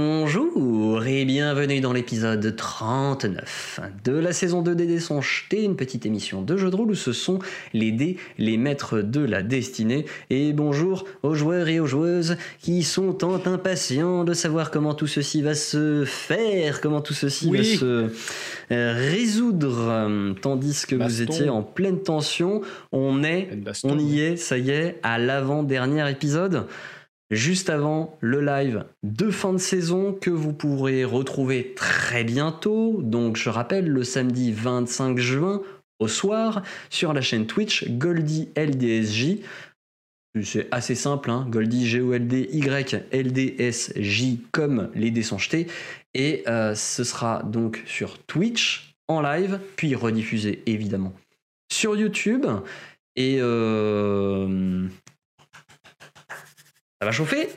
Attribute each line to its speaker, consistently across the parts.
Speaker 1: Bonjour et bienvenue dans l'épisode 39 de la saison 2 des dés sont jetés, une petite émission de jeu de rôle où ce sont les dés, les maîtres de la destinée. Et bonjour aux joueurs et aux joueuses qui sont tant impatients de savoir comment tout ceci va se faire, comment tout ceci va
Speaker 2: Oui.
Speaker 1: se euh, résoudre. Euh, Tandis que vous
Speaker 2: Baston.
Speaker 1: étiez en pleine tension, on est on y est, ça y est, à l'avant-dernier épisode, juste avant le live de fin de saison que vous pourrez retrouver très bientôt. Donc je rappelle, le samedi 25 juin au soir sur la chaîne Twitch Goldie LDSJ. C'est assez simple, hein, Goldie G-O-L-D-Y L-D-S-J comme les dés sont jetés. Et euh, ce sera donc sur Twitch en live, puis rediffusé évidemment sur YouTube. Et euh, ça va chauffer,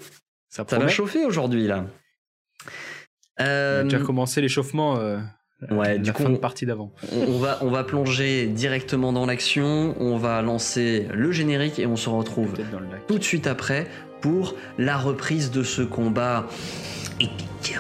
Speaker 2: Ça,
Speaker 1: ça va chauffer aujourd'hui là.
Speaker 2: On
Speaker 1: Euh,
Speaker 2: a déjà commencé l'échauffement euh,
Speaker 1: ouais,
Speaker 2: de
Speaker 1: du
Speaker 2: la
Speaker 1: coup,
Speaker 2: fin de partie d'avant.
Speaker 1: on, on va on va plonger directement dans l'action. On va lancer le générique et on se retrouve
Speaker 2: Peut-être dans le lac.
Speaker 1: tout de suite après pour la reprise de ce combat épique.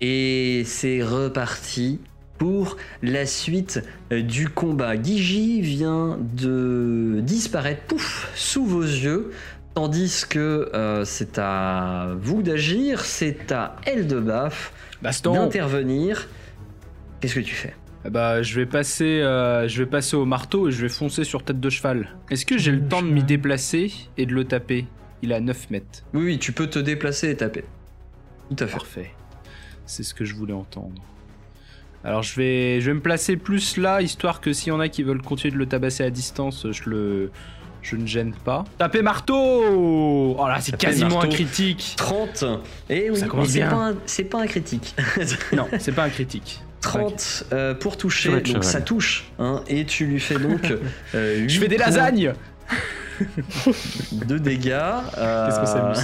Speaker 1: Et c'est reparti pour la suite euh, du combat. Gigi vient de disparaître, pouf, sous vos yeux, tandis que euh, c'est à vous d'agir, c'est à elle de baf
Speaker 2: Baston.
Speaker 1: d'intervenir. Qu'est-ce que tu fais
Speaker 2: Ah Bah, je vais passer, euh, je vais passer au marteau et je vais foncer sur tête de cheval. Est-ce que j'ai le temps de m'y déplacer et de le taper Il est à 9 mètres.
Speaker 1: Oui, oui, tu peux te déplacer et taper. Tout à fait.
Speaker 2: Parfait. C'est ce que je voulais entendre. Alors je vais, je vais me placer plus là, histoire que s'il y en a qui veulent continuer de le tabasser à distance, je le, je ne gêne pas. Taper marteau Oh là, c'est
Speaker 1: Taper
Speaker 2: quasiment un
Speaker 1: marteau.
Speaker 2: critique.
Speaker 1: 30 Et Eh oui,
Speaker 2: Ça
Speaker 1: mais
Speaker 2: commence
Speaker 1: c'est
Speaker 2: bien.
Speaker 1: pas, un- c'est pas un critique.
Speaker 2: Non, c'est pas un critique.
Speaker 1: 30 euh, pour toucher,
Speaker 3: Sur le
Speaker 1: donc
Speaker 3: cheval.
Speaker 1: ça touche, hein, et tu lui fais donc euh,
Speaker 2: Je
Speaker 1: huit
Speaker 2: fais des
Speaker 1: points
Speaker 2: lasagnes.
Speaker 1: de dégâts. euh,
Speaker 2: Qu'est-ce qu'on s'amuse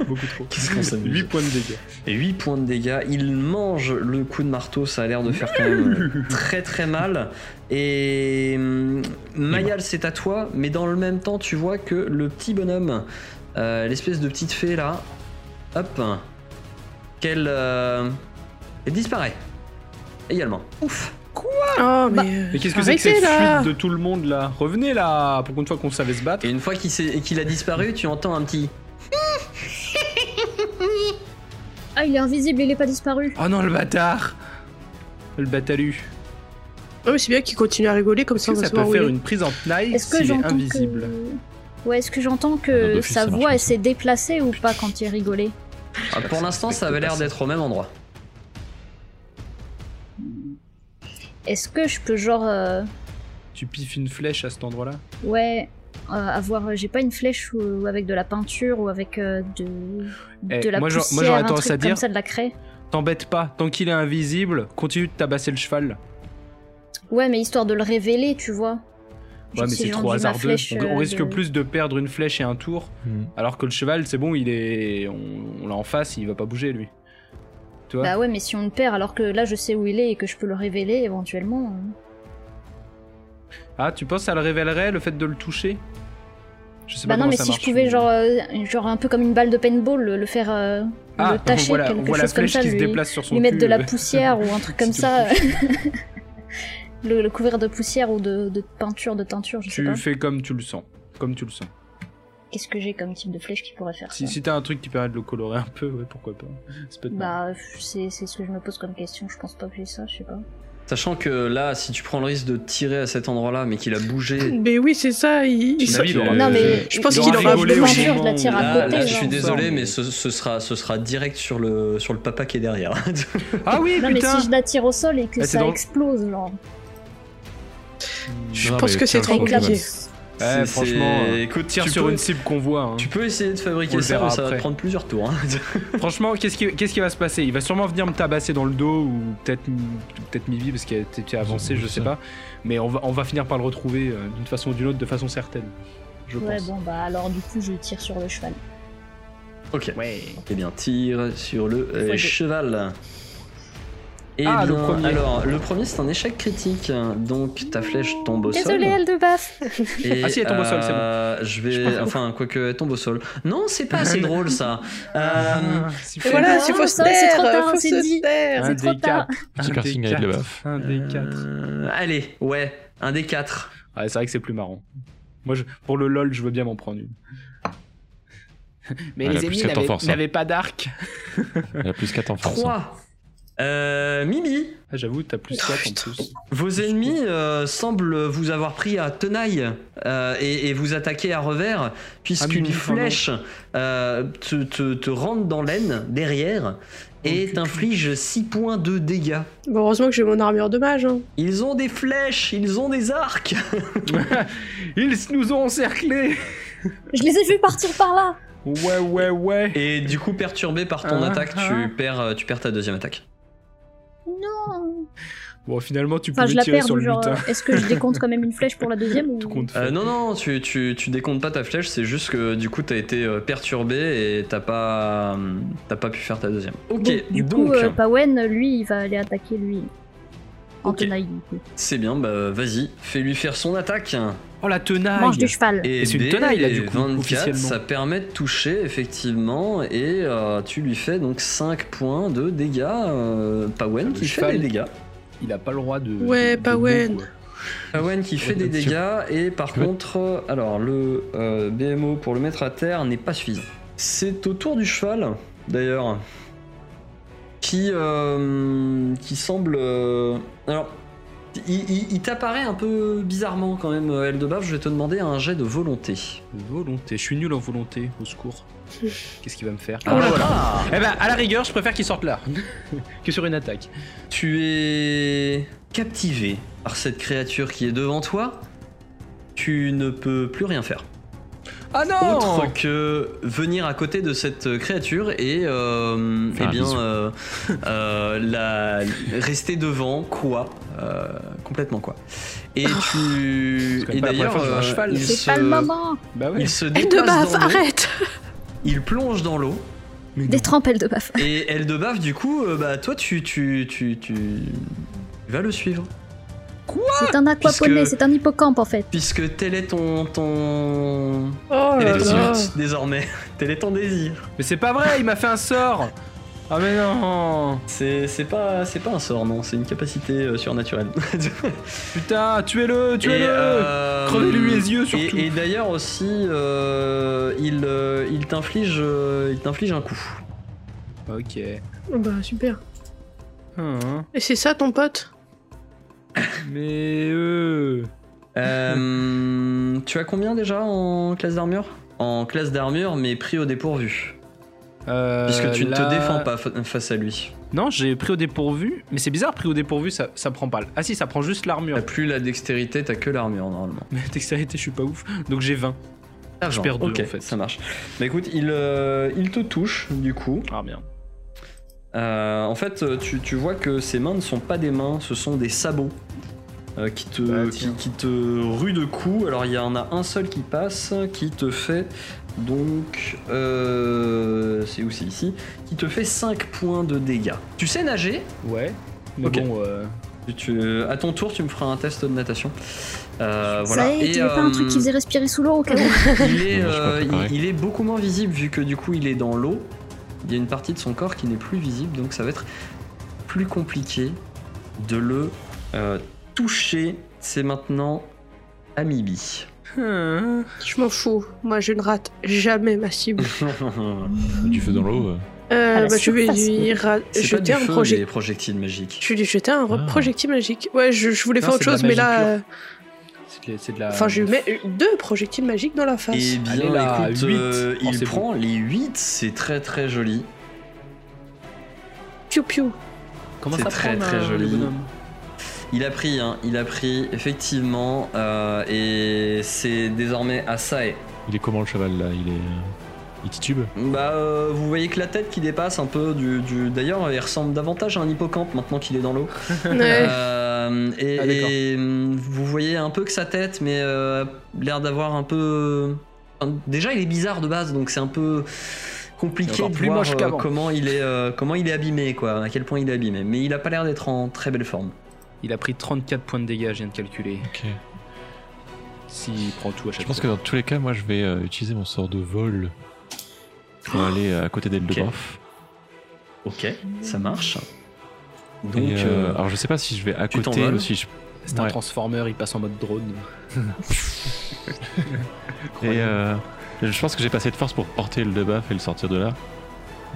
Speaker 2: Ah. Beaucoup trop.
Speaker 1: Qu'est-ce qu'on s'amuse
Speaker 2: 8 points de dégâts.
Speaker 1: et 8 points de dégâts. Il mange le coup de marteau, ça a l'air de faire quand même euh, très très mal. Et hum, Mayal, c'est à toi, mais dans le même temps, tu vois que le petit bonhomme, euh, l'espèce de petite fée là, hop, qu'elle euh, elle disparaît également. Ouf!
Speaker 3: Oh, mais.
Speaker 2: Mais qu'est-ce que c'est que
Speaker 3: Arrêtez,
Speaker 2: cette
Speaker 3: là
Speaker 2: fuite de tout le monde là Revenez là Pour une fois qu'on savait se battre.
Speaker 1: Et une fois qu'il s'est- qu'il a disparu, tu entends un petit.
Speaker 4: Ah, il est invisible, il est pas disparu.
Speaker 2: Oh non, le bâtard Le batalu.
Speaker 3: Oh, mais c'est bien qu'il continue à rigoler comme
Speaker 2: Est-ce
Speaker 3: ça, on
Speaker 2: que
Speaker 3: va
Speaker 2: ça
Speaker 3: savoir
Speaker 2: peut
Speaker 3: où
Speaker 2: faire
Speaker 3: il est.
Speaker 2: une prise en tenaille
Speaker 4: Est-ce que
Speaker 2: s'il est
Speaker 4: j'entends
Speaker 2: invisible
Speaker 4: que... Ouais, est-ce que j'entends
Speaker 3: Ah,
Speaker 4: que
Speaker 3: d'office,
Speaker 4: sa
Speaker 3: ça marche
Speaker 4: voix
Speaker 3: pas.
Speaker 4: elle s'est déplacée ou pas quand il rigolait
Speaker 1: Ah, pour l'instant, ça avait l'air d'être au même endroit.
Speaker 4: Est-ce que je peux genre euh,
Speaker 2: Tu piffes une flèche à cet endroit-là
Speaker 4: ouais euh, avoir j'ai pas une flèche ou avec de la peinture ou avec euh, de
Speaker 2: Eh,
Speaker 4: de la
Speaker 2: moi, j'aurais- moi,
Speaker 4: poussière,
Speaker 2: j'aurais
Speaker 4: un
Speaker 2: tendance
Speaker 4: truc
Speaker 2: à dire-
Speaker 4: comme ça de la craie.
Speaker 2: T'embête pas, tant qu'il est invisible, continue de tabasser le cheval.
Speaker 4: Ouais, mais histoire de le révéler, tu vois.
Speaker 2: Ouais,
Speaker 4: Genre,
Speaker 2: mais
Speaker 4: si
Speaker 2: c'est
Speaker 4: j'ai
Speaker 2: trop
Speaker 4: enlevé ma
Speaker 2: hasardeux.
Speaker 4: flèche,
Speaker 2: on, on
Speaker 4: euh,
Speaker 2: risque
Speaker 4: de-
Speaker 2: plus de perdre une flèche et un tour, alors que le cheval, c'est bon, il est, on, on l'a en face, il va pas bouger lui. Tu vois
Speaker 4: Bah ouais, mais si on le perd, alors que là je sais où il est et que je peux le révéler éventuellement. euh.
Speaker 2: Ah, tu penses ça le révélerait le fait de le toucher Je sais
Speaker 4: Bah non,
Speaker 2: comment
Speaker 4: mais
Speaker 2: ça
Speaker 4: si
Speaker 2: marche,
Speaker 4: je pouvais
Speaker 2: mais-
Speaker 4: genre euh, genre un peu comme une balle de paintball le, le faire euh,
Speaker 2: Ah,
Speaker 4: le tâcher
Speaker 2: voilà, on
Speaker 4: quelque
Speaker 2: voit la
Speaker 4: chose comme
Speaker 2: flèche
Speaker 4: ça
Speaker 2: qui
Speaker 4: lui.
Speaker 2: se déplace sur son
Speaker 4: lui mettre
Speaker 2: cul,
Speaker 4: de la
Speaker 2: euh.
Speaker 4: poussière ou un truc comme
Speaker 2: S'il te
Speaker 4: ça. le, le couvrir de poussière ou de, de peinture, de teinture, je sais
Speaker 2: Tu
Speaker 4: pas.
Speaker 2: fais comme tu le sens, comme tu le sens.
Speaker 4: Qu'est-ce que j'ai comme type de flèche qui pourrait faire
Speaker 2: Si,
Speaker 4: ça
Speaker 2: si t'as un truc qui permet de le colorer un peu, ouais, pourquoi pas. C'est pas de mal.
Speaker 4: Bah, euh, c'est c'est ce que je me pose comme question, je pense pas que j'ai ça, je sais pas.
Speaker 1: Sachant que là, si tu prends le risque de tirer à cet endroit-là, mais qu'il a bougé.
Speaker 3: Mais oui, c'est ça, il.
Speaker 2: Tu
Speaker 3: il sort-
Speaker 2: m'as dit, il aura-
Speaker 4: Non, mais-
Speaker 2: euh,
Speaker 3: Je pense
Speaker 2: il
Speaker 3: qu'il aura
Speaker 2: rigolé au
Speaker 3: mangé
Speaker 2: moment
Speaker 4: de la tire à
Speaker 2: où-
Speaker 1: Là,
Speaker 4: côté,
Speaker 1: là, je
Speaker 4: genre.
Speaker 1: suis désolé, mais ce, ce sera, ce sera direct sur le, sur le papa qui est derrière.
Speaker 2: Ah oui,
Speaker 4: Non,
Speaker 2: putain
Speaker 4: mais si je la tire au sol et que
Speaker 2: Ah, c'est
Speaker 4: ça
Speaker 2: dans-
Speaker 4: explose, genre.
Speaker 3: Je Non, pense mais que c'est tiens,
Speaker 4: Avec
Speaker 3: trop
Speaker 4: la,
Speaker 3: compliqué.
Speaker 4: pouss-
Speaker 2: Ouais,
Speaker 1: C'est-
Speaker 2: franchement,
Speaker 1: c'est-
Speaker 2: euh,
Speaker 1: écoute,
Speaker 2: tire
Speaker 1: tu
Speaker 2: sur
Speaker 1: peux-
Speaker 2: une cible qu'on voit. hein.
Speaker 1: Tu peux essayer de
Speaker 2: On
Speaker 1: fabriquer
Speaker 2: le
Speaker 1: ça,
Speaker 2: verra
Speaker 1: mais ça va
Speaker 2: après.
Speaker 1: te prendre plusieurs tours. hein.
Speaker 2: Franchement, qu'est-ce qui, qu'est-ce qui va se passer Il va sûrement venir me tabasser dans le dos ou peut-être peut-être Mivi parce qu'elle était avancée, je sais pas. Mais on va, on va finir par le retrouver euh, d'une façon ou d'une autre, de façon certaine. Je
Speaker 4: Ouais,
Speaker 2: pense.
Speaker 4: bon, bah alors du coup, je tire sur le cheval.
Speaker 1: ok.
Speaker 2: Ouais.
Speaker 1: Eh bien, tire sur le euh,
Speaker 4: Fois deux.
Speaker 1: cheval. Et
Speaker 2: Ah, le premier.
Speaker 1: alors, le premier, c'est un échec critique. Donc, ta flèche tombe au
Speaker 4: Désolée,
Speaker 1: sol.
Speaker 4: elle de baffe
Speaker 1: Et,
Speaker 2: Ah si, elle tombe au sol, c'est bon.
Speaker 1: euh, Je vais, enfin, quoique, elle tombe au sol. Non, c'est pas assez drôle, ça. Euh,
Speaker 2: c'est
Speaker 3: Et voilà,
Speaker 4: Non,
Speaker 3: il faut se
Speaker 4: ça, c'est
Speaker 3: taire,
Speaker 4: trop tard,
Speaker 3: faut
Speaker 4: c'est
Speaker 3: se
Speaker 4: dit.
Speaker 3: taire.
Speaker 2: un
Speaker 4: c'est trop
Speaker 2: des
Speaker 4: tard.
Speaker 2: quatre.
Speaker 5: Petit piercing avec le baf.
Speaker 2: Un des quatre.
Speaker 1: euh, allez, ouais, un des quatre.
Speaker 2: Ouais, c'est vrai que c'est plus marrant. Moi, je- pour le lol, je veux bien m'en prendre une. Mais
Speaker 5: Elle a
Speaker 2: les
Speaker 5: plus
Speaker 2: ennemis
Speaker 5: qu'à t'en
Speaker 2: n'avaient-
Speaker 5: forcer.
Speaker 2: n'avaient pas d'arc.
Speaker 5: Elle a plus 4 en force. hein.
Speaker 1: Trois. Euh, Mimi,
Speaker 2: Ah, J'avoue, t'as plus
Speaker 3: Oh,
Speaker 2: 4 en
Speaker 3: putain.
Speaker 2: plus.
Speaker 1: Vos ennemis euh, semblent vous avoir pris à tenaille euh, et, et vous attaquer à revers, puisqu'une
Speaker 2: Ah, mais-
Speaker 1: flèche euh, te, te- te rentre dans l'aine derrière
Speaker 2: Oh,
Speaker 1: et t'inflige 6 points de dégâts.
Speaker 3: Bon, heureusement que j'ai mon armure de mage. Hein.
Speaker 1: Ils ont des flèches, ils ont des arcs.
Speaker 2: Ils nous ont encerclés
Speaker 4: Je les ai vus partir par là
Speaker 2: Ouais, ouais, ouais.
Speaker 1: Et du coup, perturbé par ton
Speaker 2: Ah,
Speaker 1: attaque,
Speaker 2: ah.
Speaker 1: tu perds, euh, tu perds ta deuxième attaque.
Speaker 4: Non
Speaker 2: Bon, finalement, tu
Speaker 4: Enfin,
Speaker 2: pouvais
Speaker 4: je la
Speaker 2: tirer
Speaker 4: perds,
Speaker 2: sur le hein.
Speaker 4: genre,
Speaker 1: hein.
Speaker 2: butin.
Speaker 4: euh, est-ce que je décompte quand même une flèche pour la deuxième ou...
Speaker 2: Tout compte fait.
Speaker 1: Euh, non, non, tu, tu, tu décomptes pas ta flèche, c'est juste que du coup, t'as été euh, perturbé et t'as pas, euh, t'as pas pu faire ta deuxième. Ok,
Speaker 4: Bon, du
Speaker 1: donc. hein.
Speaker 4: coup, euh, Pawen, lui, il va aller attaquer lui. En
Speaker 1: Ok.
Speaker 4: tenaille, du coup.
Speaker 1: C'est bien, bah vas-y, fais-lui faire son attaque.
Speaker 2: Oh, la tenaille
Speaker 4: Mange du cheval.
Speaker 1: Et
Speaker 2: Et c'est une
Speaker 1: des
Speaker 2: tenaille, là, du coup,
Speaker 1: 24,
Speaker 2: officiellement.
Speaker 1: ça permet de toucher, effectivement, et euh, tu lui fais donc 5 points de dégâts. Euh, Pawen
Speaker 2: Le
Speaker 1: qui fait
Speaker 2: cheval.
Speaker 1: des dégâts.
Speaker 2: Il a pas le droit de.
Speaker 3: Ouais,
Speaker 2: de-
Speaker 3: pas
Speaker 2: de-
Speaker 3: Wen.
Speaker 2: quoi.
Speaker 1: Pawen qui fait des dégâts, et par
Speaker 5: Tu veux-
Speaker 1: contre, euh, alors le euh, BMO pour le mettre à terre n'est pas suffisant. C'est au tour du cheval, d'ailleurs, qui, euh, qui semble. euh, alors. Il, il- il t'apparaît un peu bizarrement quand même, euh, Eldebaf. Je vais te demander un jet de volonté.
Speaker 2: euh, Volonté. Je suis nul en volonté, au secours. Qu'est-ce qu'il va me faire
Speaker 3: Oh
Speaker 1: Ah,
Speaker 2: Ah, voilà.
Speaker 1: ah.
Speaker 2: Eh ben, à la rigueur, je préfère qu'il sorte là que sur une attaque.
Speaker 1: Tu es captivé par cette créature qui est devant toi. Tu ne peux plus rien faire.
Speaker 2: Ah non
Speaker 1: Autre que venir à côté de cette créature et, euh,
Speaker 5: Faire
Speaker 1: eh
Speaker 5: un
Speaker 1: bien,
Speaker 5: bisou.
Speaker 1: euh, euh, la, rester devant, quoi Euh, Complètement quoi. Et tu.
Speaker 2: Ah. C'est quand même
Speaker 1: et
Speaker 2: pas la
Speaker 1: d'ailleurs,
Speaker 2: première fois que je vois
Speaker 1: euh,
Speaker 2: un cheval.
Speaker 1: il
Speaker 4: C'est
Speaker 1: se-
Speaker 4: pas le moment
Speaker 2: Bah ouais.
Speaker 1: Il se
Speaker 3: Elle de
Speaker 1: déplace
Speaker 3: baffe,
Speaker 1: dans l'eau,
Speaker 3: arrête
Speaker 1: il plonge dans l'eau.
Speaker 2: Mais non.
Speaker 4: Détrempe, elle de baffe.
Speaker 1: Et elle de baffe, du coup, euh, bah toi, tu, tu, tu, tu vas le suivre.
Speaker 4: C'est un aquaponais,
Speaker 1: Puisque-
Speaker 4: c'est un hippocampe, en fait.
Speaker 1: Puisque tel est ton. ton...
Speaker 3: Oh
Speaker 1: Tel
Speaker 3: là
Speaker 1: est ton
Speaker 3: là.
Speaker 1: but, désormais. Tel est ton désir.
Speaker 2: Mais c'est pas vrai, il m'a fait un sort Ah mais non
Speaker 1: C'est c'est pas, c'est pas un sort, non, c'est une capacité euh, surnaturelle.
Speaker 2: Putain, tuez-le,
Speaker 1: Et,
Speaker 2: tuez-le
Speaker 1: euh,
Speaker 2: Crevez-lui les yeux,
Speaker 1: et-
Speaker 2: surtout.
Speaker 1: Et, d'ailleurs aussi, euh, il, euh, il t'inflige euh, il t'inflige un coup.
Speaker 2: Ok.
Speaker 3: Oh Bah, super.
Speaker 2: Hein,
Speaker 3: Et c'est ça ton pote
Speaker 2: mais euh...
Speaker 1: Euh, tu as combien déjà en classe d'armure En classe d'armure, mais pris au dépourvu.
Speaker 2: euh,
Speaker 1: Puisque tu ne
Speaker 2: là-
Speaker 1: te défends pas fa- face à lui.
Speaker 2: Non, j'ai pris au dépourvu, mais c'est bizarre, pris au dépourvu, ça, ça prend pas. le- Ah si, ça prend juste l'armure.
Speaker 1: T'as plus la dextérité, t'as que l'armure normalement.
Speaker 2: Mais dextérité, je suis pas ouf. Donc j'ai 20. Je perds deux,
Speaker 1: Ok,
Speaker 2: en fait.
Speaker 1: Ça marche. Bah écoute, il, euh, il te touche du coup.
Speaker 2: Ah merde.
Speaker 1: Euh, en fait, euh, tu, tu vois que ses mains ne sont pas des mains, ce sont des sabots euh, qui, te,
Speaker 2: Ah, ok.
Speaker 1: qui, qui te ruent de coups. Alors il y en a un seul qui passe, qui te fait donc. euh, c'est où C'est ici. Qui te fait 5 points de dégâts. Tu sais nager
Speaker 2: Ouais. Mais
Speaker 1: Ok.
Speaker 2: bon, euh...
Speaker 1: Tu- tu- À ton tour, tu me feras un test de natation. Euh, voilà.
Speaker 4: Ça y est,
Speaker 1: Et,
Speaker 4: il y avait pas un truc qui
Speaker 1: euh,
Speaker 4: faisait respirer sous l'eau, au cas où.
Speaker 1: Il est,
Speaker 5: Non, je suis pas
Speaker 1: euh,
Speaker 5: préparé.
Speaker 1: il, il est beaucoup moins visible vu que du coup il est dans l'eau. Il y a une partie de son corps qui n'est plus visible, donc ça va être plus compliqué de le euh, toucher. C'est maintenant Amibi.
Speaker 2: hein.
Speaker 3: Je m'en fous. Moi, je ne rate jamais ma cible.
Speaker 5: Du feu dans l'eau. euh.
Speaker 4: À
Speaker 3: Euh,
Speaker 4: la
Speaker 3: bah, je vais
Speaker 4: surface,
Speaker 3: lui ra-
Speaker 1: C'est pas
Speaker 3: jeter
Speaker 1: du
Speaker 3: un
Speaker 1: feu,
Speaker 3: projet.
Speaker 1: des projectiles magiques.
Speaker 3: Je vais lui jeter un
Speaker 5: Ah.
Speaker 3: projectile magique. Ouais, je, je voulais
Speaker 2: Non,
Speaker 3: faire autre
Speaker 2: c'est de la
Speaker 3: chose, mais là.
Speaker 2: magie
Speaker 3: euh,
Speaker 2: C'est de la- c'est de la...
Speaker 3: Enfin, je lui mets euh, deux projectiles magiques dans la face.
Speaker 1: Et Eh bien,
Speaker 2: Allez là,
Speaker 1: écoute,
Speaker 2: huit.
Speaker 1: euh,
Speaker 2: Oh,
Speaker 1: il
Speaker 2: c'est
Speaker 1: prend les 8, c'est très très joli.
Speaker 3: Piou piou.
Speaker 2: Comment
Speaker 1: c'est
Speaker 2: ça
Speaker 1: très,
Speaker 2: prend,
Speaker 1: très
Speaker 2: euh, le
Speaker 1: joli.
Speaker 2: bonhomme
Speaker 1: Il a pris, hein, il a pris, effectivement. euh, et c'est désormais à Sae.
Speaker 5: Il est comment le cheval là Il est. euh, Il titube
Speaker 1: Bah, euh, vous voyez que la tête qui dépasse un peu du. du- D'ailleurs, il ressemble davantage à un hippocampe maintenant qu'il est dans l'eau.
Speaker 3: Ouais.
Speaker 1: Euh, et
Speaker 2: Ah, d'accord.
Speaker 1: et, hum, vous voyez un peu que sa tête, mais euh, a l'air d'avoir un peu. enfin, Déjà, il est bizarre de base, donc c'est un peu
Speaker 2: Il est
Speaker 1: compliqué
Speaker 2: encore
Speaker 1: de
Speaker 2: plus
Speaker 1: voir
Speaker 2: moche
Speaker 1: euh,
Speaker 2: qu'avant.
Speaker 1: comment il est euh, comment il est abîmé, quoi, à quel point il est abîmé. Mais il a pas l'air d'être en très belle forme.
Speaker 2: Il a pris 34 points de dégâts, je viens de calculer.
Speaker 5: Ok.
Speaker 2: S'il prend tout à chaque
Speaker 5: Je pense que
Speaker 2: fois.
Speaker 5: dans tous les cas, moi je vais euh, utiliser mon sort de vol pour aller à côté d'Eldebroff.
Speaker 1: Ok, ça marche.
Speaker 5: Donc,
Speaker 1: Donc, euh,
Speaker 5: alors je sais pas si je vais à
Speaker 1: tu
Speaker 5: côté
Speaker 1: t'envoles
Speaker 5: ou si je.
Speaker 2: C'est un
Speaker 5: Ouais.
Speaker 2: transformer, il passe en mode drone. euh,
Speaker 5: Et
Speaker 2: Incroyable.
Speaker 5: euh, je pense que j'ai pas assez de force pour porter le debuff et le sortir de là.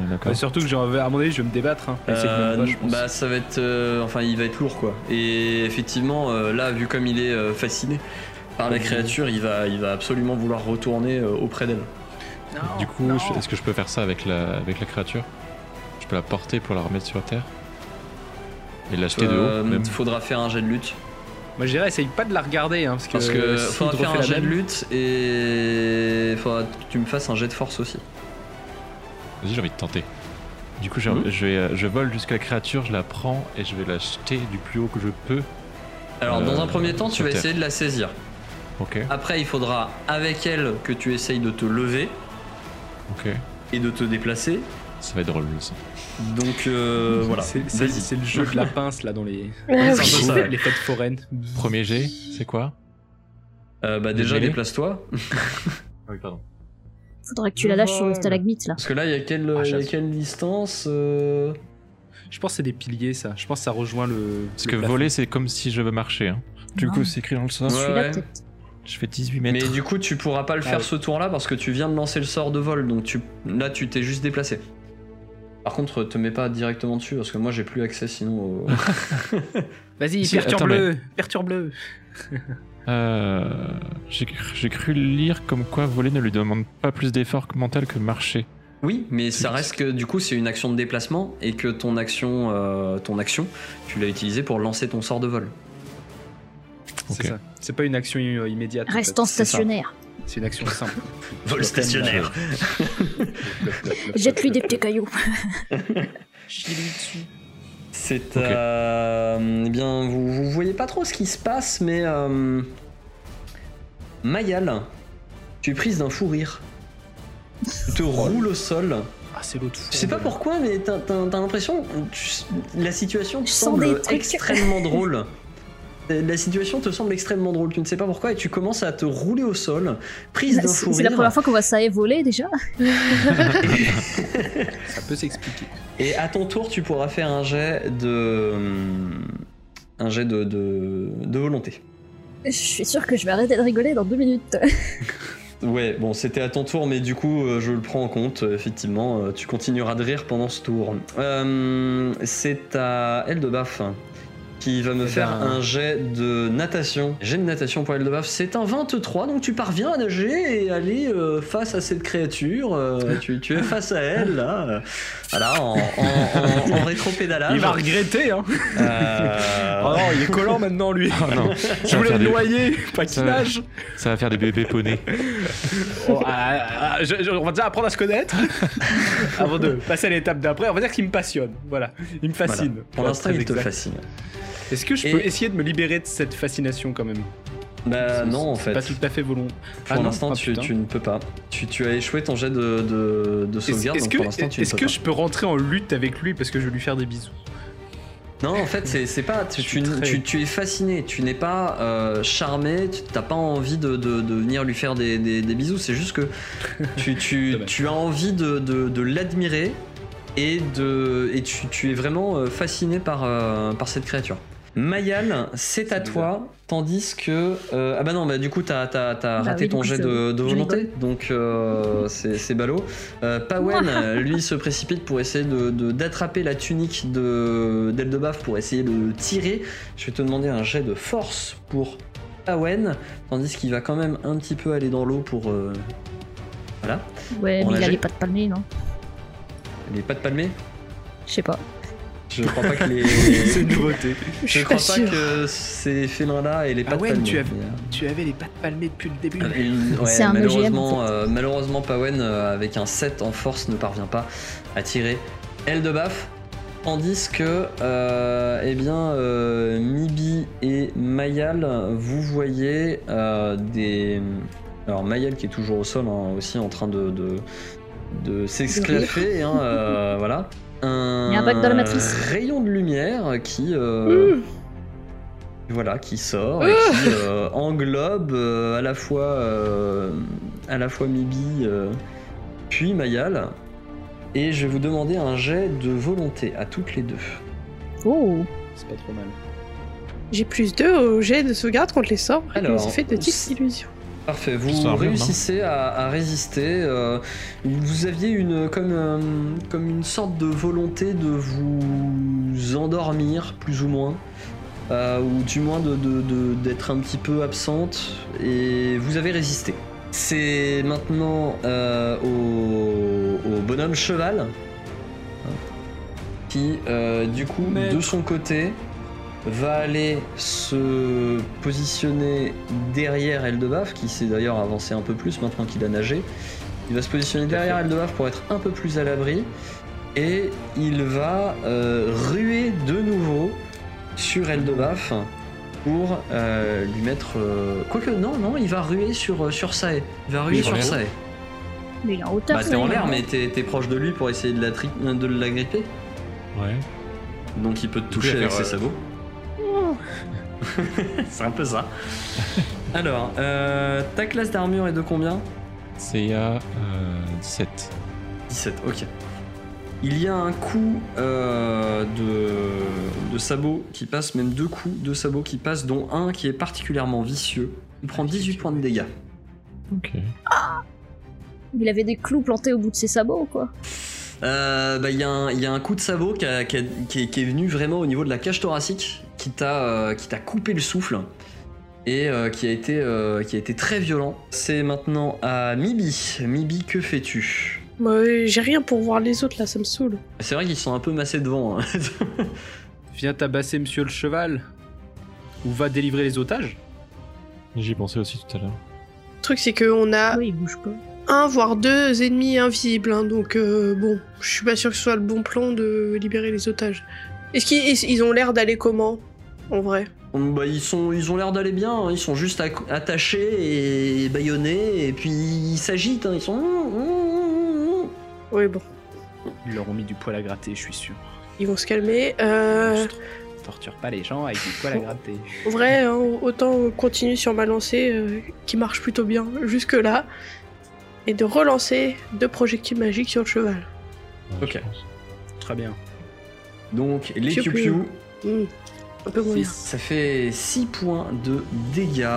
Speaker 5: On est D'accord.
Speaker 2: Mais surtout que j'ai envie- à mon avis, je vais me débattre. Hein. Et c'est le
Speaker 1: Euh,
Speaker 2: même pas, je pense.
Speaker 1: bah ça va être euh, enfin il va être lourd quoi et effectivement euh, là vu comme il est euh, fasciné par
Speaker 2: Mmh.
Speaker 1: la créature il va il va absolument vouloir retourner euh, auprès d'elle
Speaker 5: du coup, je- est-ce que je peux faire ça avec la, avec la créature Je peux la porter pour la remettre sur terre et l'acheter de
Speaker 1: Euh,
Speaker 5: haut. même.
Speaker 1: faudra faire un jet de lutte
Speaker 2: Moi, je dirais, essaye pas de la regarder. Hein, parce que,
Speaker 1: parce que
Speaker 2: si
Speaker 1: faudra
Speaker 2: il te
Speaker 1: faire
Speaker 2: refait
Speaker 1: un
Speaker 2: la
Speaker 1: jet de
Speaker 2: même-
Speaker 1: lutte et faudra que tu me fasses un jet de force aussi
Speaker 5: Vas-y, j'ai envie de tenter. Du coup, j'ai-
Speaker 1: Mhm.
Speaker 5: je, vais, euh, je vole jusqu'à la créature, je la prends et je vais l'acheter du plus haut que je peux.
Speaker 1: alors dans
Speaker 5: Euh,
Speaker 1: un premier temps tu
Speaker 5: sur
Speaker 1: vas
Speaker 5: terre.
Speaker 1: essayer de la saisir
Speaker 5: Ok,
Speaker 1: après il faudra avec elle que tu essayes de te lever
Speaker 5: ok.
Speaker 1: et de te déplacer
Speaker 5: Ça va être drôle, ça.
Speaker 1: donc euh, voilà
Speaker 2: C'est- C'est
Speaker 1: Vas-y.
Speaker 2: c'est le jeu de la pince là dans les,
Speaker 3: Ah
Speaker 1: c'est un peu
Speaker 2: les-
Speaker 1: ça, ouais.
Speaker 2: les fêtes foraines.
Speaker 5: Premier G, c'est quoi
Speaker 1: Euh, bah déjà
Speaker 5: Démêlé.
Speaker 1: déplace-toi
Speaker 5: Ah oui, pardon.
Speaker 4: Faudrait que tu la lâches sur une
Speaker 2: Voilà.
Speaker 4: stalagmite là.
Speaker 1: Parce que là, il y a quelle,
Speaker 5: Ah,
Speaker 1: il y a
Speaker 5: chasse.
Speaker 1: quelle distance euh,
Speaker 2: Je pense que c'est des piliers ça. Je pense que ça rejoint le.
Speaker 5: Parce
Speaker 2: le
Speaker 5: que
Speaker 2: plafond.
Speaker 5: voler, c'est comme si je veux marcher. hein. Du
Speaker 4: Non.
Speaker 5: coup, c'est écrit dans le sens.
Speaker 4: Je suis
Speaker 1: Ouais, ouais.
Speaker 4: là peut-être.
Speaker 5: Je fais 18 mètres.
Speaker 1: Mais du coup, tu pourras pas le
Speaker 2: Ah
Speaker 1: faire
Speaker 2: oui.
Speaker 1: ce tour-là parce que tu viens de lancer le sort de vol. Donc tu... là, tu t'es juste déplacé. Par contre, te mets pas directement dessus parce que moi, j'ai plus accès sinon. au-
Speaker 2: Vas-y,
Speaker 5: Si,
Speaker 2: perturbe-le Perturbe-le
Speaker 5: Euh, J'ai j'ai cru lire comme quoi voler ne lui demande pas plus d'effort mental que marcher.
Speaker 1: oui, mais ça
Speaker 5: Oui.
Speaker 1: reste que du coup, c'est une action de déplacement et que ton action, euh, ton action, tu l'as utilisée pour lancer ton sort de vol.
Speaker 2: C'est
Speaker 5: Ok.
Speaker 2: ça. C'est pas une action euh, immédiate.
Speaker 4: Reste
Speaker 2: fait.
Speaker 4: en
Speaker 2: C'est ça.
Speaker 4: stationnaire.
Speaker 2: C'est une action simple.
Speaker 1: Vol
Speaker 2: stationnaire.
Speaker 4: Jette-lui des petits cailloux.
Speaker 1: C'est euh, eh bien, vous, vous voyez pas trop ce qui se passe, mais euh, Mayal, tu es prise d'un fou rire. Tu te roules au sol.
Speaker 2: Ah, c'est l'autre.
Speaker 1: Je sais pas pourquoi, mais t'as t'as- t'as l'impression, tu- la situation te
Speaker 4: Je sens
Speaker 1: semble
Speaker 4: des trucs.
Speaker 1: extrêmement drôle. La situation te semble extrêmement drôle. Tu ne sais pas pourquoi et tu commences à te rouler au sol, prise d'un fou
Speaker 4: Bah, C'est c'est la
Speaker 1: rire.
Speaker 4: première fois qu'on voit ça voler déjà.
Speaker 2: Ça peut s'expliquer.
Speaker 1: Et à ton tour, tu pourras faire un jet de un jet de- de, de volonté.
Speaker 4: Je suis sûre que je vais arrêter de rigoler dans deux minutes.
Speaker 1: Ouais, bon, c'était à ton tour, mais du coup, euh, je le prends en compte, euh, effectivement. euh, tu continueras de rire pendant ce tour. Euh, c'est à Eldebaf qui va me
Speaker 2: Eh
Speaker 1: faire
Speaker 2: ben.
Speaker 1: un jet de natation. Jet de natation pour Eldebaf, c'est un 23, donc tu parviens à nager et aller euh, face à cette créature. euh, tu, tu es face à elle, là. euh, Voilà, en, en, en- en rétropédalage.
Speaker 2: Il va regretter, hein
Speaker 1: Euh,
Speaker 2: Oh Ah, non, il est collant maintenant, lui
Speaker 5: Ah, non,
Speaker 2: Je
Speaker 5: ça va,
Speaker 2: voulais
Speaker 5: faire
Speaker 2: le
Speaker 5: des,
Speaker 2: noyer, pas qu'il
Speaker 5: Ouais.
Speaker 2: nage
Speaker 5: ça va faire des bébés poneys.
Speaker 2: Oh, ah, ah, ah, je- je- On va déjà apprendre à se connaître avant de passer à l'étape d'après. On va dire qu'il me passionne, voilà. Il me fascine.
Speaker 1: Pour
Speaker 2: Voilà,
Speaker 1: l'instant,
Speaker 2: très
Speaker 1: il te
Speaker 2: exact.
Speaker 1: fascine.
Speaker 2: Est-ce que je
Speaker 1: Et-
Speaker 2: peux essayer de me libérer de cette fascination quand même
Speaker 5: Euh,
Speaker 1: Bah, non, en
Speaker 2: C'est
Speaker 1: fait.
Speaker 2: Pas tout à fait volontaire.
Speaker 1: Pour l'instant,
Speaker 2: Ah,
Speaker 1: tu, tu ne peux pas. Tu, tu as échoué ton jet de, de, de
Speaker 2: Est-ce
Speaker 1: sauvegarde,
Speaker 2: est-ce
Speaker 1: donc
Speaker 2: que,
Speaker 1: pour l'instant, tu ne
Speaker 2: est-ce
Speaker 1: peux
Speaker 2: que je peux rentrer en lutte avec lui parce que je vais lui faire des bisous
Speaker 1: pas. Non, en fait, c'est c'est pas. Tu,
Speaker 2: Je suis
Speaker 1: tu-
Speaker 2: très-
Speaker 1: tu- tu es fasciné, tu n'es pas euh, charmé, tu n'as pas envie de, de- de venir lui faire des, des- des bisous, c'est juste que tu, tu,
Speaker 2: Dommage.
Speaker 1: tu as envie de, de- de l'admirer et, de, et tu, tu es vraiment euh, fasciné par, euh, par cette créature. Mayal, c'est à
Speaker 2: C'est bizarre.
Speaker 1: toi, tandis que. euh, ah bah non, bah du coup, t'as t'as- t'as
Speaker 4: Bah
Speaker 1: raté
Speaker 4: oui,
Speaker 1: ton
Speaker 4: du coup,
Speaker 1: jet de,
Speaker 4: je-
Speaker 1: Euh, de
Speaker 4: je
Speaker 1: volonté, donc euh, c'est c'est ballot. Euh, Pawen, lui, se précipite pour essayer d'attraper de, d'attraper la tunique de- d'Eldebaf pour essayer de le tirer. Je vais te demander un jet de force pour Pawen, tandis qu'il va quand même un petit peu aller dans l'eau pour. euh, voilà.
Speaker 4: Ouais,
Speaker 1: On
Speaker 4: mais
Speaker 1: la
Speaker 4: il a
Speaker 1: jette
Speaker 4: les pas de palmier, non
Speaker 1: Les pas de palmé
Speaker 4: Je sais pas.
Speaker 1: Je crois pas que les.
Speaker 2: une nouveauté.
Speaker 3: Je
Speaker 1: Je
Speaker 3: suis
Speaker 1: crois
Speaker 3: pas
Speaker 1: pas
Speaker 3: sûre.
Speaker 1: que ces félins-là et les
Speaker 2: Ah
Speaker 1: pattes
Speaker 2: ouais, mais
Speaker 1: palmées.
Speaker 2: tu Tu avais les pattes palmées depuis le début.
Speaker 1: Euh, ouais,
Speaker 4: C'est un
Speaker 1: malheureusement,
Speaker 4: OGM, en fait.
Speaker 1: euh, malheureusement, Pawen, euh, avec un 7 en force, ne parvient pas à tirer L de baffe. Tandis que, euh, eh bien, euh, Mibi et Mayal, vous voyez euh, des. Alors, Mayal qui est toujours au sol, hein, aussi en train de, de, de s'exclaffer, hein, euh, voilà. Un,
Speaker 4: Il y a un bug dans la matrice.
Speaker 1: rayon de lumière qui. euh,
Speaker 3: Mmh.
Speaker 1: voilà, qui sort et qui euh, englobe euh, à la fois euh, à la fois Mibi euh, puis Mayal. Et je vais vous demander un jet de volonté à toutes les deux.
Speaker 4: Oh
Speaker 2: C'est pas trop mal.
Speaker 3: J'ai plus 2 au jet de sauvegarde contre les sorts et
Speaker 1: Alors,
Speaker 3: les effets de type
Speaker 1: s-
Speaker 3: illusion.
Speaker 1: Parfait,
Speaker 5: Ça sert
Speaker 1: vous
Speaker 5: à rien,
Speaker 1: réussissez à, à résister. euh, vous aviez une comme, euh, comme une sorte de volonté de vous endormir, plus ou moins. euh, ou du moins de- de- de- d'être un petit peu absente. Et vous avez résisté. C'est maintenant euh, au, au bonhomme cheval. hein, Qui, euh, du coup, de
Speaker 2: Maître.
Speaker 1: son côté, va aller se positionner derrière Eldebaf, qui s'est d'ailleurs avancé un peu plus maintenant qu'il a nagé. Il va se positionner derrière Eldebaf pour être un peu plus à l'abri. Et il va euh, ruer de nouveau sur Eldebaf pour euh, lui mettre. euh, Quoique, non, non, il va ruer sur, euh, sur Sae. Il va ruer
Speaker 5: Il est en
Speaker 1: sur
Speaker 5: l'air.
Speaker 1: Sae.
Speaker 4: Mais il est en hauteur.
Speaker 1: Bah, t'es
Speaker 4: ça,
Speaker 1: en
Speaker 4: il est
Speaker 1: l'air, mais t'es t'es proche de lui pour essayer de la, tri- de la gripper.
Speaker 5: Ouais.
Speaker 1: Donc il peut te
Speaker 5: Il peut
Speaker 1: toucher
Speaker 5: la
Speaker 1: avec
Speaker 5: faire,
Speaker 1: ses
Speaker 5: euh,
Speaker 1: sabots. C'est un peu ça. Alors, euh, ta classe d'armure est de combien
Speaker 5: C'est à euh, 17.
Speaker 1: 17, ok. Il y a un coup euh, de, de sabot qui passe, même deux coups de sabot qui passent, dont un qui est particulièrement vicieux. Il prend 18 points de dégâts.
Speaker 5: Ok.
Speaker 4: Il avait des clous plantés au bout de ses sabots ou quoi
Speaker 1: Euh, bah, il y, a un- il y a un coup de sabot qui, a- qui a- qui est, qui est venu vraiment au niveau de la cage thoracique, qui t'a euh, qui t'a coupé le souffle et euh, qui, a été, euh, qui a été très violent. C'est maintenant à Mibi. Mibi, que fais-tu
Speaker 3: Moi, euh, j'ai rien pour voir les autres là, ça me saoule.
Speaker 1: C'est vrai qu'ils sont un peu massés devant. hein.
Speaker 2: Viens tabasser monsieur le cheval. Ou va délivrer les otages.
Speaker 5: J'y pensais aussi tout à l'heure.
Speaker 3: Le truc, c'est qu'on a
Speaker 4: Ah, Oui, il bouge pas.
Speaker 3: un voire deux ennemis invisibles, hein, donc euh, bon, je suis pas sûr que ce soit le bon plan de libérer les otages. Est-ce qu'ils ils- ils ont l'air d'aller comment en vrai
Speaker 1: Bah, ils, sont, ils ont l'air d'aller bien, hein. ils sont juste acc- attachés et baillonnés, et puis ils s'agitent, hein. ils sont... mmh,
Speaker 3: Oui, bon,
Speaker 2: Ils leur ont mis du poil à gratter, je suis sûr.
Speaker 3: ils vont se calmer. Euh,
Speaker 2: Ne Torture pas les gens avec du poil à gratter.
Speaker 3: en vrai, hein, autant continuer sur ma lancée euh, qui marche plutôt bien jusque-là et de relancer deux projectiles magiques sur le cheval.
Speaker 5: Ouais,
Speaker 1: Ok.
Speaker 5: je pense.
Speaker 2: Très bien.
Speaker 1: Donc les
Speaker 3: Piou-piou.
Speaker 1: piou-piou,
Speaker 3: Hmm, Un peu moyen.
Speaker 1: Ça fait 6 points de dégâts.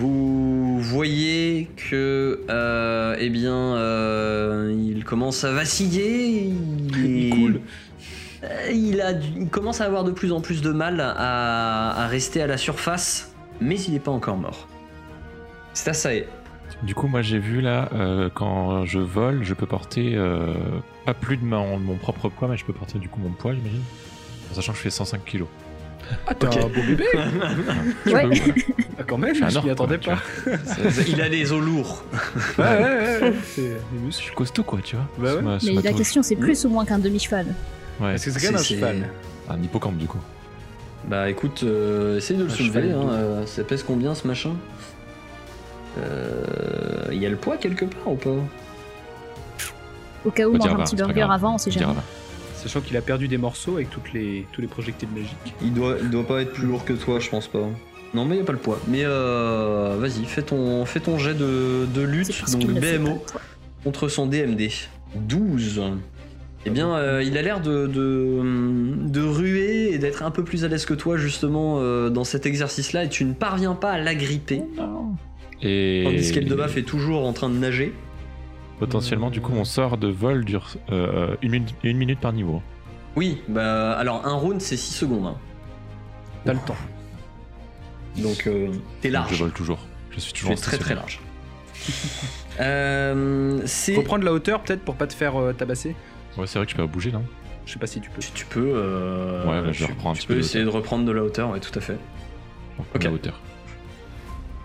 Speaker 1: Vous voyez que, euh, eh bien, euh, il commence à vaciller. Il,
Speaker 2: Il coule.
Speaker 1: Euh, il a, du- il commence à avoir de plus en plus de mal à, à rester à la surface, mais il n'est pas encore mort. C'est à ça.
Speaker 5: Du coup, moi j'ai vu là, euh, quand je vole, je peux porter euh, pas plus de ma- mon propre poids, mais je peux porter du coup mon poids, j'imagine. En sachant que je fais 105 kilos.
Speaker 2: Ah, t'es un beau bébé
Speaker 5: Je
Speaker 4: Ouais.
Speaker 5: peux, ouais.
Speaker 2: Ah, Quand même,
Speaker 5: Ah,
Speaker 2: je
Speaker 5: non,
Speaker 2: m'y attendais
Speaker 5: quoi,
Speaker 2: pas.
Speaker 1: Il a des os lourds.
Speaker 2: Ouais, ouais, ouais. ouais. C'est des muscles.
Speaker 5: Costaud quoi, tu vois.
Speaker 2: Bah
Speaker 5: ce
Speaker 2: ouais.
Speaker 5: ma- ce
Speaker 4: Mais la
Speaker 5: matos.
Speaker 4: question, c'est
Speaker 5: Mm.
Speaker 4: plus ou moins qu'un demi-cheval
Speaker 5: Ouais,
Speaker 2: Parce que c'est quand même un
Speaker 1: C'est-
Speaker 2: cheval.
Speaker 5: un hippocampe du coup.
Speaker 1: Bah écoute, euh, essaye de le
Speaker 2: Un
Speaker 1: soulever.
Speaker 2: cheval
Speaker 1: hein,
Speaker 2: doux.
Speaker 1: euh, ça pèse combien ce machin Euh, Il y a le poids quelque part ou pas
Speaker 4: Au cas où,
Speaker 5: Faut
Speaker 4: on mange
Speaker 5: dire
Speaker 4: un
Speaker 5: va,
Speaker 4: petit
Speaker 5: c'est pas
Speaker 4: burger
Speaker 5: grave. bah.
Speaker 4: avant, on sait
Speaker 5: On dira
Speaker 4: jamais.
Speaker 5: là.
Speaker 2: Sachant qu'il a perdu des morceaux avec toutes les, tous les projectiles magiques.
Speaker 1: Il doit, il doit pas être plus lourd que toi, je pense pas. Non, mais y a pas le poids. Mais euh, vas-y, fais ton, fais ton jet de, de
Speaker 4: C'est
Speaker 1: lutte,
Speaker 4: parce
Speaker 1: donc
Speaker 4: qu'il ne fait pas,
Speaker 1: BMO,
Speaker 4: quoi.
Speaker 1: contre son DMD. 12. Eh bien, euh, il a l'air de, de, de ruer et d'être un peu plus à l'aise que toi, justement, euh, dans cet exercice-là, et tu ne parviens pas à l'agripper.
Speaker 5: Et.
Speaker 1: Tandis qu'Eldebaf est toujours en train de nager.
Speaker 5: Potentiellement, du coup, mon sort de vol dure euh, une, minute, une minute par niveau.
Speaker 1: Oui, bah, alors un round, c'est 6 secondes. hein.
Speaker 2: T'as le temps.
Speaker 1: Donc, euh, t'es
Speaker 5: Donc, Je
Speaker 1: large.
Speaker 5: vole toujours. Je suis
Speaker 1: Tu es
Speaker 5: toujours
Speaker 1: très très
Speaker 5: stationnaire.
Speaker 1: large. Euh, c'est
Speaker 2: Reprendre la hauteur peut-être pour pas te faire euh, tabasser
Speaker 5: Ouais, c'est vrai que je peux pas bouger là.
Speaker 2: Je sais pas si tu peux.
Speaker 1: Tu, tu peux. euh,
Speaker 5: Ouais, bah, je
Speaker 1: tu-
Speaker 5: reprends un
Speaker 1: tu
Speaker 5: petit
Speaker 1: peux
Speaker 5: peu de
Speaker 1: essayer de reprendre de la hauteur, ouais, tout à fait.
Speaker 5: la
Speaker 1: Ok.
Speaker 5: hauteur.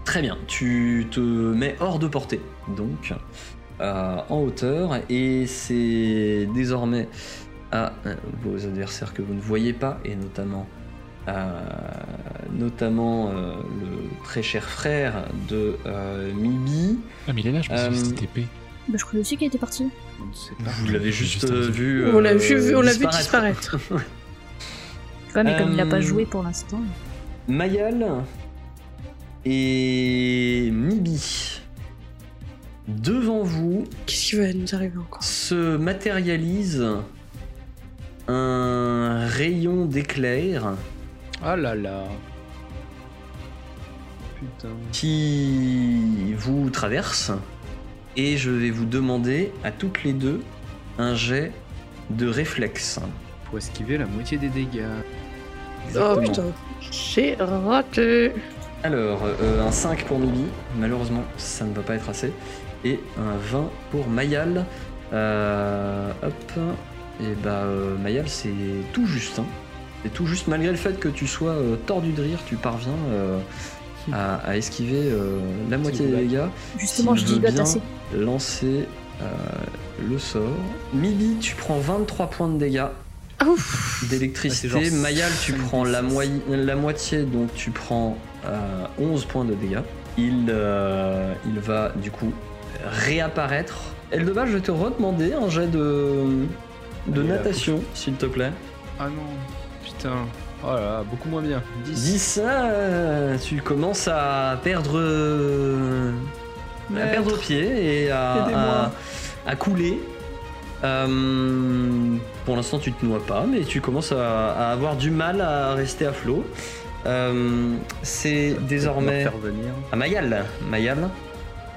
Speaker 1: Très bien, tu te mets hors de portée, donc euh, en hauteur, et c'est désormais à euh, vos adversaires que vous ne voyez pas, et notamment, euh, notamment euh, le très cher frère de euh, Mibi.
Speaker 5: Ah, mais il est là, je pensais que
Speaker 1: Euh,
Speaker 5: c'était TP.
Speaker 4: Bah, je croyais aussi qu'il était parti.
Speaker 2: Je ne sais pas.
Speaker 1: Vous l'avez juste
Speaker 5: Juste un
Speaker 1: euh,
Speaker 5: petit
Speaker 1: vu.
Speaker 3: On l'a vu,
Speaker 1: euh,
Speaker 3: on l'a vu disparaître.
Speaker 4: Ouais, mais comme il a
Speaker 1: Euh,
Speaker 4: pas joué pour l'instant.
Speaker 1: Mayal et Mibi. Devant vous,
Speaker 3: Qu'est-ce qui va nous arriver encore
Speaker 1: se matérialise un rayon d'éclair
Speaker 2: Ah là là. Putain.
Speaker 1: qui vous traverse et je vais vous demander à toutes les deux un jet de réflexe.
Speaker 2: Pour esquiver la moitié des dégâts.
Speaker 3: Oh
Speaker 1: Exactement.
Speaker 3: putain, j'ai raté.
Speaker 1: Alors, euh, un 5 pour Mibi, malheureusement ça ne va pas être assez, et un 20 pour Mayal. Euh, hop, et bah euh, Mayal c'est tout juste, hein. c'est tout juste, malgré le fait que tu sois euh, tordu de rire, tu parviens euh, à, à esquiver euh, la moitié des
Speaker 2: blague.
Speaker 1: dégâts,
Speaker 4: Justement,
Speaker 1: s'il
Speaker 4: je dis
Speaker 1: veut
Speaker 4: il doit
Speaker 1: bien.
Speaker 4: tasser.
Speaker 1: lancer euh, le sort. Mibi, tu prends 23 points de dégâts
Speaker 3: Ah, ouf.
Speaker 1: d'électricité.
Speaker 2: Ah, c'est genre
Speaker 1: Mayal, tu
Speaker 2: cinq,
Speaker 1: prends
Speaker 2: dix,
Speaker 1: la,
Speaker 2: six.
Speaker 1: moy- la moitié, donc tu prends euh, 11 points de dégâts. Il, euh, il va du coup réapparaître. Eldeba, je vais te redemander un jet de, de
Speaker 2: Allez, la
Speaker 1: natation, s'il te plaît.
Speaker 2: Ah non. Putain. Oh là là, beaucoup moins bien. 10.
Speaker 1: 10, euh, tu commences à perdre, euh, à
Speaker 2: Maître.
Speaker 1: perdre pied et à,
Speaker 2: Aidez-moi.
Speaker 1: à- à couler. Euh, pour l'instant, tu te noies pas, mais tu commences à, à avoir du mal à rester à flot. Euh, C'est désormais
Speaker 2: Faire venir.
Speaker 1: à Mayal. Mayal,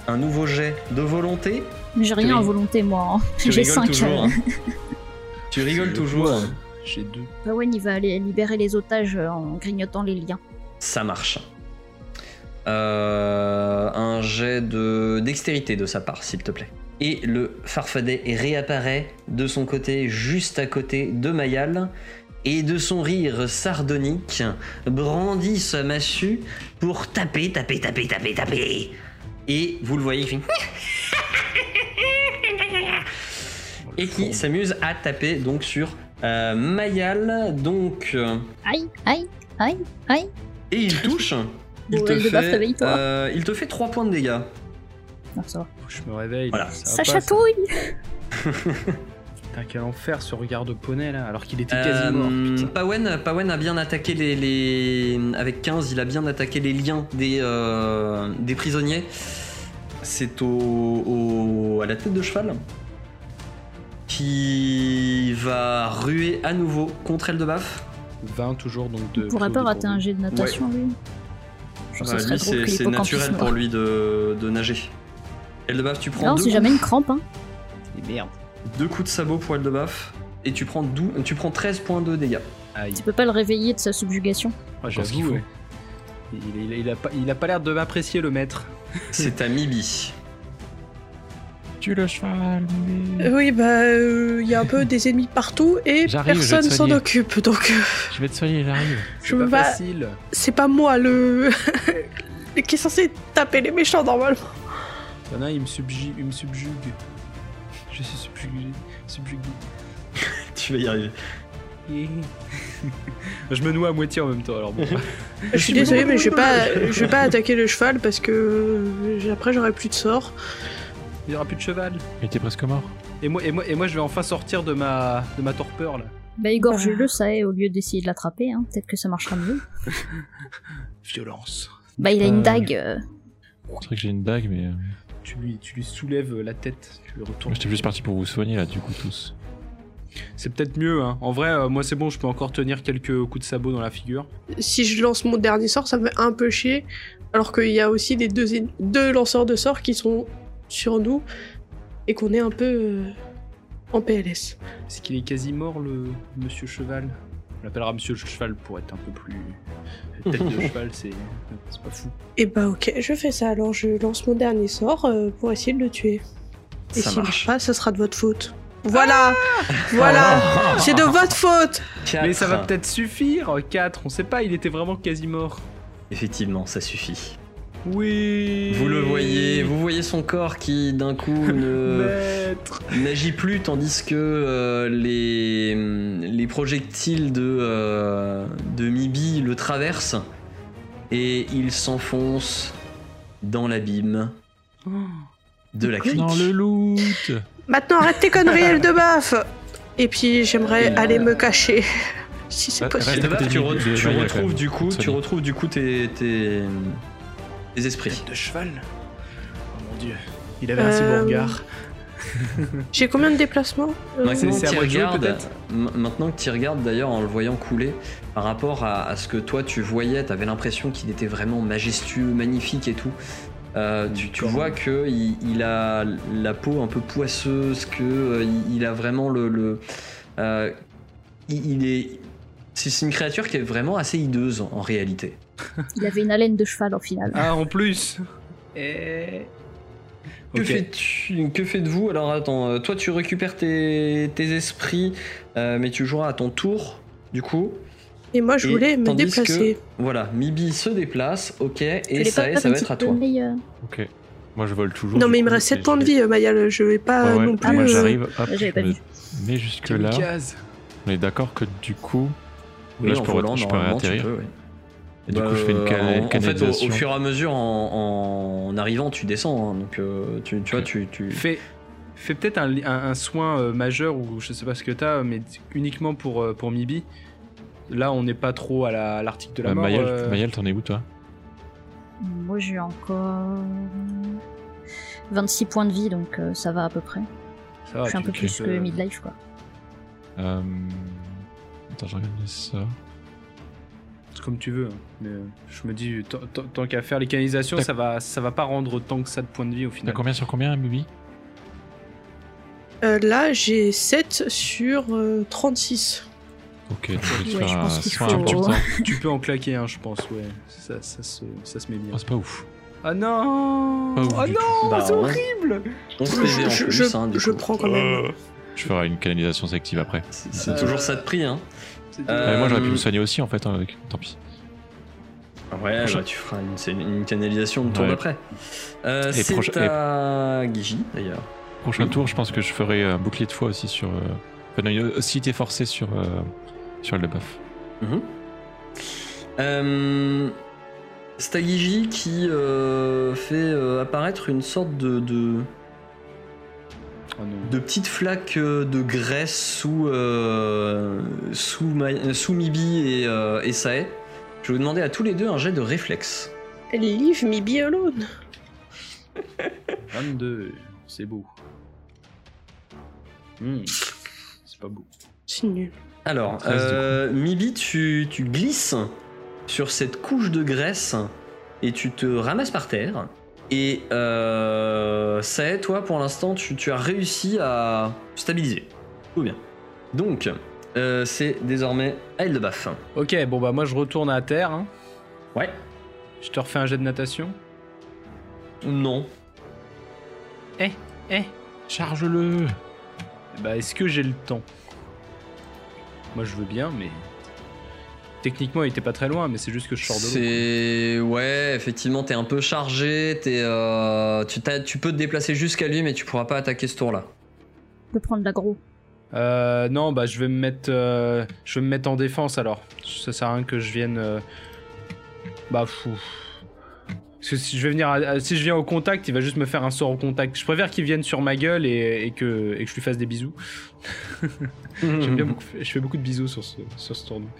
Speaker 1: un nouveau jet de volonté.
Speaker 4: Mais j'ai rien
Speaker 1: rigoles.
Speaker 4: à volonté, moi. hein.
Speaker 1: Tu
Speaker 4: J'ai
Speaker 1: rigoles
Speaker 4: 5
Speaker 1: toujours. hein. tu rigoles
Speaker 2: Je
Speaker 1: toujours.
Speaker 2: vois. J'ai 2.
Speaker 4: Pawen, Bah il va aller libérer les otages euh, en grignotant les liens.
Speaker 1: Ça marche. Euh, un jet de dextérité de sa part, s'il te plaît. Et le farfadet réapparaît de son côté, juste à côté de Mayal, et de son rire sardonique, brandit sa massue pour taper, taper, taper, taper, taper. Et vous le voyez, il fait
Speaker 2: Oh,
Speaker 1: et qui s'amuse à taper donc sur euh, Mayal, donc. euh,
Speaker 4: Aïe, aïe, aïe, aïe.
Speaker 1: Et il touche. Il
Speaker 4: Bon,
Speaker 1: te,
Speaker 4: elle débarque,
Speaker 1: fait,
Speaker 4: réveille-toi.
Speaker 1: euh, il te fait 3 points de dégâts.
Speaker 4: Non, ça va.
Speaker 2: Je me réveille.
Speaker 1: Voilà.
Speaker 2: Ça,
Speaker 4: Ça
Speaker 2: va pas,
Speaker 4: chatouille
Speaker 2: ça. Putain, quel enfer ce regard de poney là, alors qu'il était
Speaker 1: Euh,
Speaker 2: quasi mort. Putain.
Speaker 1: Pawen, Pawen a bien attaqué les, les- Avec 15, il a bien attaqué les liens des, euh, des prisonniers. C'est au, au- à la tête de cheval qui va ruer à nouveau contre elle de baffe.
Speaker 2: 20 toujours donc de.
Speaker 4: Il pourrait pas rater un jet de natation, lui. Genre,
Speaker 1: Ah, Bah,
Speaker 4: ça serait
Speaker 1: lui,
Speaker 4: drôle
Speaker 1: c'est
Speaker 4: que
Speaker 1: c'est
Speaker 4: l'hippocampisme-
Speaker 1: naturel pour lui de, de nager. Elle de baffe, tu prends
Speaker 4: Là, on
Speaker 1: deux
Speaker 4: sait Ah jamais une crampe, hein.
Speaker 2: Merde.
Speaker 1: Deux coups de sabot pour elle de baffe et tu prends, dou- tu prends 13 points de dégâts.
Speaker 2: Aïe.
Speaker 4: Tu peux pas le réveiller de sa subjugation.
Speaker 2: Ah,
Speaker 5: Pense
Speaker 2: J'avoue.
Speaker 5: qu'il faut.
Speaker 2: ouais. Il, il- il a pas, il a pas l'air de m'apprécier le maître.
Speaker 1: C'est à Mibi.
Speaker 5: Tue le cheval mais-
Speaker 3: Euh, Oui, bah, euh, il y a un peu des ennemis partout et
Speaker 5: J'arrive, je vais te
Speaker 3: personne s'en
Speaker 5: soigner.
Speaker 3: occupe. Donc, euh,
Speaker 5: Je vais te soigner, j'arrive.
Speaker 2: C'est
Speaker 3: Je
Speaker 2: pas
Speaker 3: me bats.
Speaker 2: facile.
Speaker 3: c'est pas moi le. qui est censé taper les méchants normalement.
Speaker 2: Il y en a, il me subjugue. Il me subjugue. Je suis subjugué. Subjugué.
Speaker 1: tu vas y arriver.
Speaker 2: Je me noue à moitié en même temps, alors bon.
Speaker 3: Je suis désolée, mais je vais pas, je vais pas attaquer le cheval parce que euh, après j'aurai plus de sorts.
Speaker 2: Il y aura plus de cheval.
Speaker 5: Mais t'es presque mort.
Speaker 2: Et moi, et moi, et moi, je vais enfin sortir de ma, de ma torpeur là.
Speaker 4: Bah, égorge-le, ça est, au lieu d'essayer de l'attraper, hein. Peut-être que ça marchera mieux.
Speaker 2: Violence.
Speaker 4: Bah, il a
Speaker 5: Euh,
Speaker 4: une dague. euh,
Speaker 5: C'est vrai que j'ai une dague, mais euh, moi,
Speaker 2: Tu lui, tu lui soulèves euh, la tête, tu lui retournes.
Speaker 5: j'étais juste parti pour vous soigner là, du coup, tous.
Speaker 2: C'est peut-être mieux, hein. En vrai, euh, moi c'est bon, je peux encore tenir quelques coups de sabot dans la figure.
Speaker 3: Si je lance mon dernier sort, ça me fait un peu chier. Alors qu'il y a aussi les deux, en- deux lanceurs de sorts qui sont sur nous et qu'on est un peu euh, en PLS.
Speaker 2: Est-ce qu'il est quasi mort, le Monsieur Cheval On l'appellera Monsieur Cheval pour être un peu plus. Tête de cheval, c'est. C'est pas fou.
Speaker 3: Et bah ok, je fais ça. Alors je lance mon dernier sort euh, pour essayer de le tuer. Et
Speaker 1: Ça marche.
Speaker 3: s'il
Speaker 1: Ah
Speaker 3: marche pas, ça sera de votre faute. Voilà, voilà.
Speaker 1: Oh.
Speaker 3: C'est de votre faute.
Speaker 2: Mais ça va peut-être suffire. 4, on sait pas, il était vraiment quasi mort.
Speaker 1: Effectivement, ça suffit.
Speaker 2: Oui.
Speaker 1: Vous le voyez, vous voyez son corps qui d'un coup ne-
Speaker 2: Maître.
Speaker 1: n'agit plus tandis que euh, les, les projectiles de, euh, de Mibi le traversent et il s'enfonce dans l'abîme de la crique.
Speaker 5: Dans le loot
Speaker 3: Maintenant, arrête tes conneries, elle de baffe. Et puis, j'aimerais
Speaker 1: Et
Speaker 3: aller me cacher, si c'est
Speaker 5: Ouais,
Speaker 1: Et
Speaker 3: possible.
Speaker 1: de base, tu, re-
Speaker 5: De-
Speaker 1: tu
Speaker 5: de- de-
Speaker 1: retrouves du coup,
Speaker 5: Sony.
Speaker 1: tu retrouves du coup tes, tes, tes esprits.
Speaker 2: De cheval. Oh mon dieu. Il avait un si
Speaker 3: Euh,
Speaker 2: beau regard.
Speaker 3: J'ai combien de déplacements Euh,
Speaker 2: c'est-
Speaker 1: Maintenant que
Speaker 2: c'est à
Speaker 1: tu
Speaker 2: moi de jouer,
Speaker 1: regardes,
Speaker 2: peut-être
Speaker 1: m- maintenant que tu regardes d'ailleurs en le voyant couler, par rapport à, à ce que toi tu voyais, t'avais l'impression qu'il était vraiment majestueux, magnifique et tout. Euh, tu, tu
Speaker 2: D'accord.
Speaker 1: vois que il, il a la peau un peu poisseuse, que euh, il, il a vraiment le, le- euh, il, il est, c'est c'est une créature qui est vraiment assez hideuse en réalité.
Speaker 4: Il avait une haleine de cheval en final.
Speaker 2: Ah, en plus. Et...
Speaker 1: Que
Speaker 2: Ok.
Speaker 1: fais-tu- que faites-vous Alors attends, euh, toi tu récupères tes, tes esprits, euh, mais tu joueras à ton tour, du coup.
Speaker 3: Et moi, je
Speaker 1: Et
Speaker 3: voulais me
Speaker 1: tandis
Speaker 3: déplacer.
Speaker 1: Voilà, Mibi se déplace, ok,
Speaker 4: Tu
Speaker 1: et
Speaker 4: l'es
Speaker 1: ça,
Speaker 4: pas euh,
Speaker 1: y est,
Speaker 4: fait
Speaker 1: ça
Speaker 4: un
Speaker 1: va
Speaker 4: petit
Speaker 1: être à
Speaker 4: peu
Speaker 1: toi.
Speaker 4: meilleur
Speaker 5: Ok. Moi je vole toujours.
Speaker 3: Non,
Speaker 5: du
Speaker 3: mais il me
Speaker 5: coup,
Speaker 3: reste 7
Speaker 5: mais
Speaker 3: points de
Speaker 5: j'ai-
Speaker 3: vie, euh, Mayal. Je vais pas
Speaker 5: Ouais, ouais.
Speaker 3: non
Speaker 5: Ah,
Speaker 3: plus.
Speaker 5: moi
Speaker 3: euh,
Speaker 5: j'arrive, hop,
Speaker 4: j'avais
Speaker 5: je
Speaker 4: pas
Speaker 5: me-
Speaker 4: vu.
Speaker 5: Mais jusque
Speaker 2: Une
Speaker 5: là,
Speaker 2: case.
Speaker 5: on est d'accord que du coup. là je
Speaker 1: en
Speaker 5: peux,
Speaker 1: volant,
Speaker 5: je peux
Speaker 1: normalement, tu
Speaker 5: atterrir.
Speaker 1: peux, ouais.
Speaker 5: Et du
Speaker 1: Bah,
Speaker 5: coup je fais une
Speaker 1: euh,
Speaker 5: cana-
Speaker 1: en- En fait,
Speaker 5: canalisation.
Speaker 1: au, au fur et à mesure, en, en arrivant, tu descends, hein, donc euh, tu, tu vois, tu... tu...
Speaker 2: Fais, fais peut-être un, li- un- un soin euh, majeur ou je sais pas ce que t'as, mais uniquement pour, euh, pour Mibi. Là, on n'est pas trop à la- à l'article de la
Speaker 5: Bah,
Speaker 2: mort.
Speaker 5: Mayel,
Speaker 2: euh,
Speaker 5: Mayel, t'en es où toi
Speaker 4: Moi j'ai encore 26 points de vie donc euh, ça va à peu près.
Speaker 2: ça
Speaker 1: Ah,
Speaker 2: va,
Speaker 4: je suis un
Speaker 2: tu-
Speaker 4: peu
Speaker 2: tu
Speaker 4: plus
Speaker 2: peux-
Speaker 4: que midlife quoi.
Speaker 5: Euh, Attends, je regarde ça.
Speaker 2: c'est Comme tu veux. hein. Mais euh, je me dis, tant- tant tant qu'à faire les canalisations,
Speaker 5: T'as-
Speaker 2: ça va, ça va pas rendre tant que ça de points de vie au
Speaker 5: T'as
Speaker 2: final.
Speaker 5: combien sur combien, Mibi
Speaker 3: euh, là, j'ai 7 sur euh, 36.
Speaker 5: Ok, donc je
Speaker 4: Ouais,
Speaker 5: vais te
Speaker 4: je
Speaker 5: faire un
Speaker 4: pense qu'il
Speaker 5: soin un
Speaker 4: faut-
Speaker 5: petit peu.
Speaker 2: tu peux en claquer un, je pense, ouais. Ça, ça, se, ça se met bien.
Speaker 5: Ah, c'est pas ouf.
Speaker 2: Ah non
Speaker 5: Pas ouf
Speaker 2: Oh
Speaker 5: du
Speaker 2: non
Speaker 1: Bah,
Speaker 2: C'est
Speaker 1: on-
Speaker 2: horrible
Speaker 1: On se
Speaker 3: Je,
Speaker 1: PV en
Speaker 3: je-
Speaker 1: plus,
Speaker 3: je-
Speaker 1: hein, du
Speaker 3: je
Speaker 1: coup.
Speaker 3: prends quand
Speaker 5: Euh.
Speaker 3: même.
Speaker 5: Je ferai une canalisation sélective après.
Speaker 1: C'est c'est
Speaker 2: Euh,
Speaker 1: toujours ça de prix, hein.
Speaker 2: C'est
Speaker 1: Euh,
Speaker 5: Ah, moi j'aurais pu me soigner aussi en fait, hein, avec- tant pis.
Speaker 1: Ouais,
Speaker 5: Prochain.
Speaker 1: bah, tu feras une, c'est une canalisation de tour
Speaker 5: Ouais.
Speaker 1: d'après. Euh,
Speaker 5: Et
Speaker 1: c'est
Speaker 5: proche-
Speaker 1: à Guigi d'ailleurs.
Speaker 5: Prochain tour, je pense que je ferai un bouclier de foi aussi sur. Euh... Enfin, non, euh, si t'es forcé sur. Euh... Sur le buff.
Speaker 1: Mhm. Euh, c'est à Guigi qui euh, fait euh, apparaître une sorte de, de,
Speaker 2: Oh non.
Speaker 1: de petite flaque euh, de graisse sous, euh, sous, Ma- sous Mibi et, euh, et Sae. Je vais vous demander à tous les deux un jet de réflexe.
Speaker 3: Leave me be alone.
Speaker 2: 22, c'est beau. Hmm, C'est pas beau.
Speaker 3: C'est nul.
Speaker 1: Alors,
Speaker 5: Treize, du
Speaker 1: euh, Mibi, tu, tu glisses sur cette couche de graisse et tu te ramasses par terre. Et euh, ça est, toi, pour l'instant, tu, tu as réussi à stabiliser. Tout bien. Donc, euh, c'est désormais à Eldebaf.
Speaker 2: Ok, bon bah moi je retourne à terre. hein.
Speaker 1: Ouais.
Speaker 2: Je te refais un jet de natation.
Speaker 1: Non.
Speaker 2: Eh
Speaker 5: Charge-le
Speaker 2: Bah est-ce que j'ai le temps Moi je veux bien, mais... Techniquement il était pas très loin, mais c'est juste que je sors de l'eau.
Speaker 1: C'est. Ouais, effectivement, t'es un peu chargé. t'es, euh, tu, t'as- tu peux te déplacer jusqu'à lui, mais tu pourras pas attaquer ce tour-là.
Speaker 4: Je peux prendre l'agro.
Speaker 2: Euh, non, bah je vais me mettre... euh, Je vais me mettre en défense alors. Ça sert à rien que je vienne... euh, Bah fou. Parce que si je, vais venir à- à- si je viens au contact, il va juste me faire un sort au contact. Je préfère qu'il vienne sur ma gueule et, et que, et que je lui fasse des bisous. J'aime bien beaucoup- je fais beaucoup de bisous sur ce, sur ce tournoi,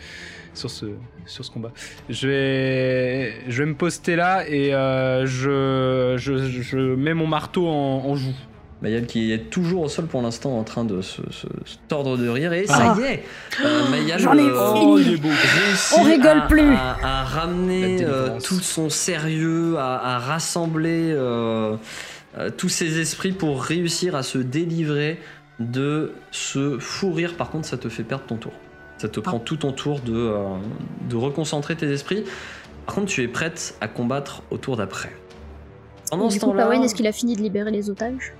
Speaker 2: sur ce, sur ce combat. Je vais, je vais me poster là et euh, je, je, je mets mon marteau en, en joue.
Speaker 1: Mayel qui est toujours au sol pour l'instant en train de se, se- se tordre de rire et ça
Speaker 4: Ah.
Speaker 1: y est euh, Mayal
Speaker 4: J'en ai
Speaker 1: euh,
Speaker 4: fini.
Speaker 2: il est beau.
Speaker 1: réussit
Speaker 4: On rigole
Speaker 1: à,
Speaker 4: plus.
Speaker 1: à- à ramener
Speaker 2: La
Speaker 1: euh,
Speaker 2: délivrance.
Speaker 1: tout son sérieux, à, à rassembler euh, euh, tous ses esprits pour réussir à se délivrer de ce fou rire. Par contre, ça te fait perdre ton tour. Ça
Speaker 4: Ah.
Speaker 1: te prend tout ton tour de, euh, de reconcentrer tes esprits. Par contre, tu es prête à combattre au tour d'après. Pendant
Speaker 4: Et
Speaker 1: ce
Speaker 4: du coup
Speaker 1: temps-là,
Speaker 4: Pawen est-ce qu'il a fini de libérer les otages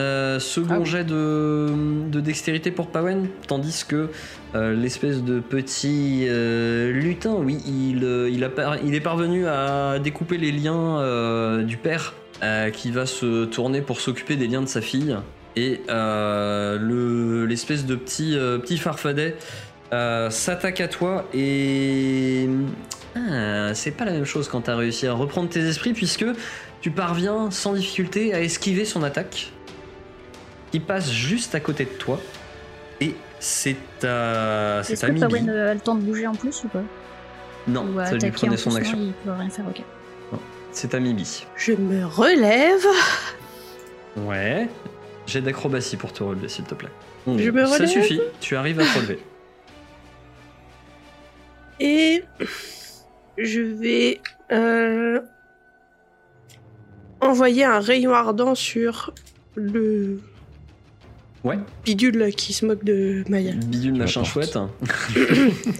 Speaker 1: Euh, second
Speaker 2: Ah oui.
Speaker 1: jet de, de dextérité pour Pawen, tandis que euh, l'espèce de petit euh, lutin, oui, il, euh, il, a par- il est parvenu à découper les liens euh, du père euh, qui va se tourner pour s'occuper des liens de sa fille. Et euh, le- l'espèce de petit, euh, petit farfadet euh, s'attaque à toi et. Ah, c'est pas la même chose quand t'as réussi à reprendre tes esprits, puisque tu parviens sans difficulté à esquiver son attaque qui passe juste à côté de toi. Et c'est ta. C'est
Speaker 4: Est-ce
Speaker 1: ta
Speaker 4: que
Speaker 1: Mimi.
Speaker 4: Pawen euh, a le temps de bouger en plus ou pas
Speaker 1: Non,
Speaker 4: Ou à
Speaker 1: ça lui
Speaker 4: attaquer
Speaker 1: prenait
Speaker 4: en
Speaker 1: son
Speaker 4: plus,
Speaker 1: action.
Speaker 4: Non, il peut rien faire, ok.
Speaker 1: C'est ta Mimi.
Speaker 3: Je me relève.
Speaker 1: Ouais. J'ai d'acrobatie pour te relever, s'il te plaît.
Speaker 3: Je me
Speaker 1: Ça
Speaker 3: relève.
Speaker 1: suffit, tu arrives à te relever.
Speaker 3: Et je vais euh, envoyer un rayon ardent sur le
Speaker 1: Ouais.
Speaker 3: bidule qui se moque de Maya.
Speaker 1: Bidule
Speaker 5: Tu
Speaker 1: machin
Speaker 5: m'apportes.
Speaker 1: chouette.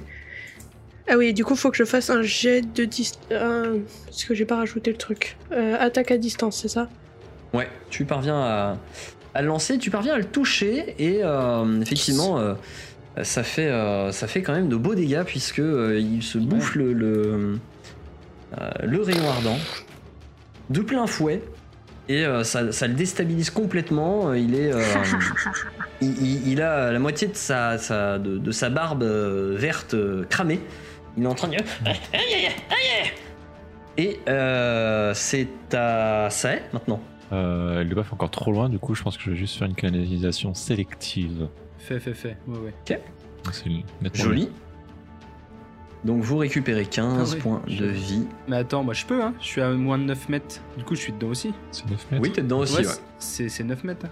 Speaker 3: Ah oui, du coup, faut que je fasse un jet de distance. Parce que j'ai pas rajouté le truc. Euh, attaque à distance, c'est ça
Speaker 1: Ouais, tu parviens à, à le lancer, tu parviens à le toucher et euh, effectivement, euh, ça, fait, euh, ça fait quand même de beaux dégâts puisque euh, il se bouffe le, le, euh, le rayon ardent de plein fouet et euh, ça, ça le déstabilise complètement. euh, Il est, euh, il, il- il a la moitié de sa, sa- de, de sa barbe euh, verte euh, cramée. Il est en train de et euh, c'est à ça est maintenant.
Speaker 5: Euh, le buff encore trop loin, du coup, je pense que je vais juste faire une canalisation sélective.
Speaker 2: Fait, fait, fait. Ouais, ouais.
Speaker 5: Donc, c'est nettement
Speaker 1: Joli. Donc vous récupérez 15
Speaker 2: Ah oui.
Speaker 1: points de vie.
Speaker 2: Mais attends, moi je peux, hein. Je suis à moins de 9 mètres. Du coup, je suis dedans aussi.
Speaker 5: mieux. C'est 9 mètres.
Speaker 1: Oui, t'es dedans aussi.
Speaker 2: Ouais,
Speaker 1: ouais.
Speaker 2: C'est c'est 9 mètres. hein.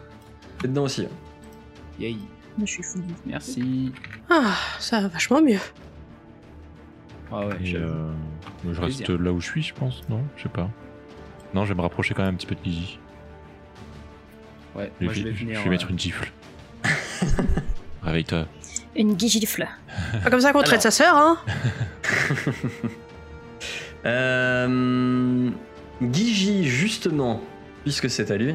Speaker 1: T'es dedans aussi. ouais.
Speaker 2: Yay.
Speaker 4: Moi, je suis fou.
Speaker 2: Merci.
Speaker 3: Ah, ça va vachement mieux.
Speaker 2: Ah ouais,
Speaker 5: Et,
Speaker 2: j'avoue.
Speaker 5: euh, je reste
Speaker 2: Plaisir.
Speaker 5: là où je suis, je pense, non Je sais pas. Non, je vais me rapprocher quand même un petit peu de Gigi.
Speaker 2: Ouais,
Speaker 5: Je
Speaker 2: moi
Speaker 5: vais,
Speaker 2: je vais
Speaker 5: je
Speaker 2: venir.
Speaker 5: vais mettre
Speaker 2: euh,
Speaker 5: une gifle. Réveille-toi.
Speaker 4: Une gigifle.
Speaker 3: Pas comme ça qu'on traite sa sœur, hein
Speaker 1: Euh, Gigi, justement, puisque c'est à lui,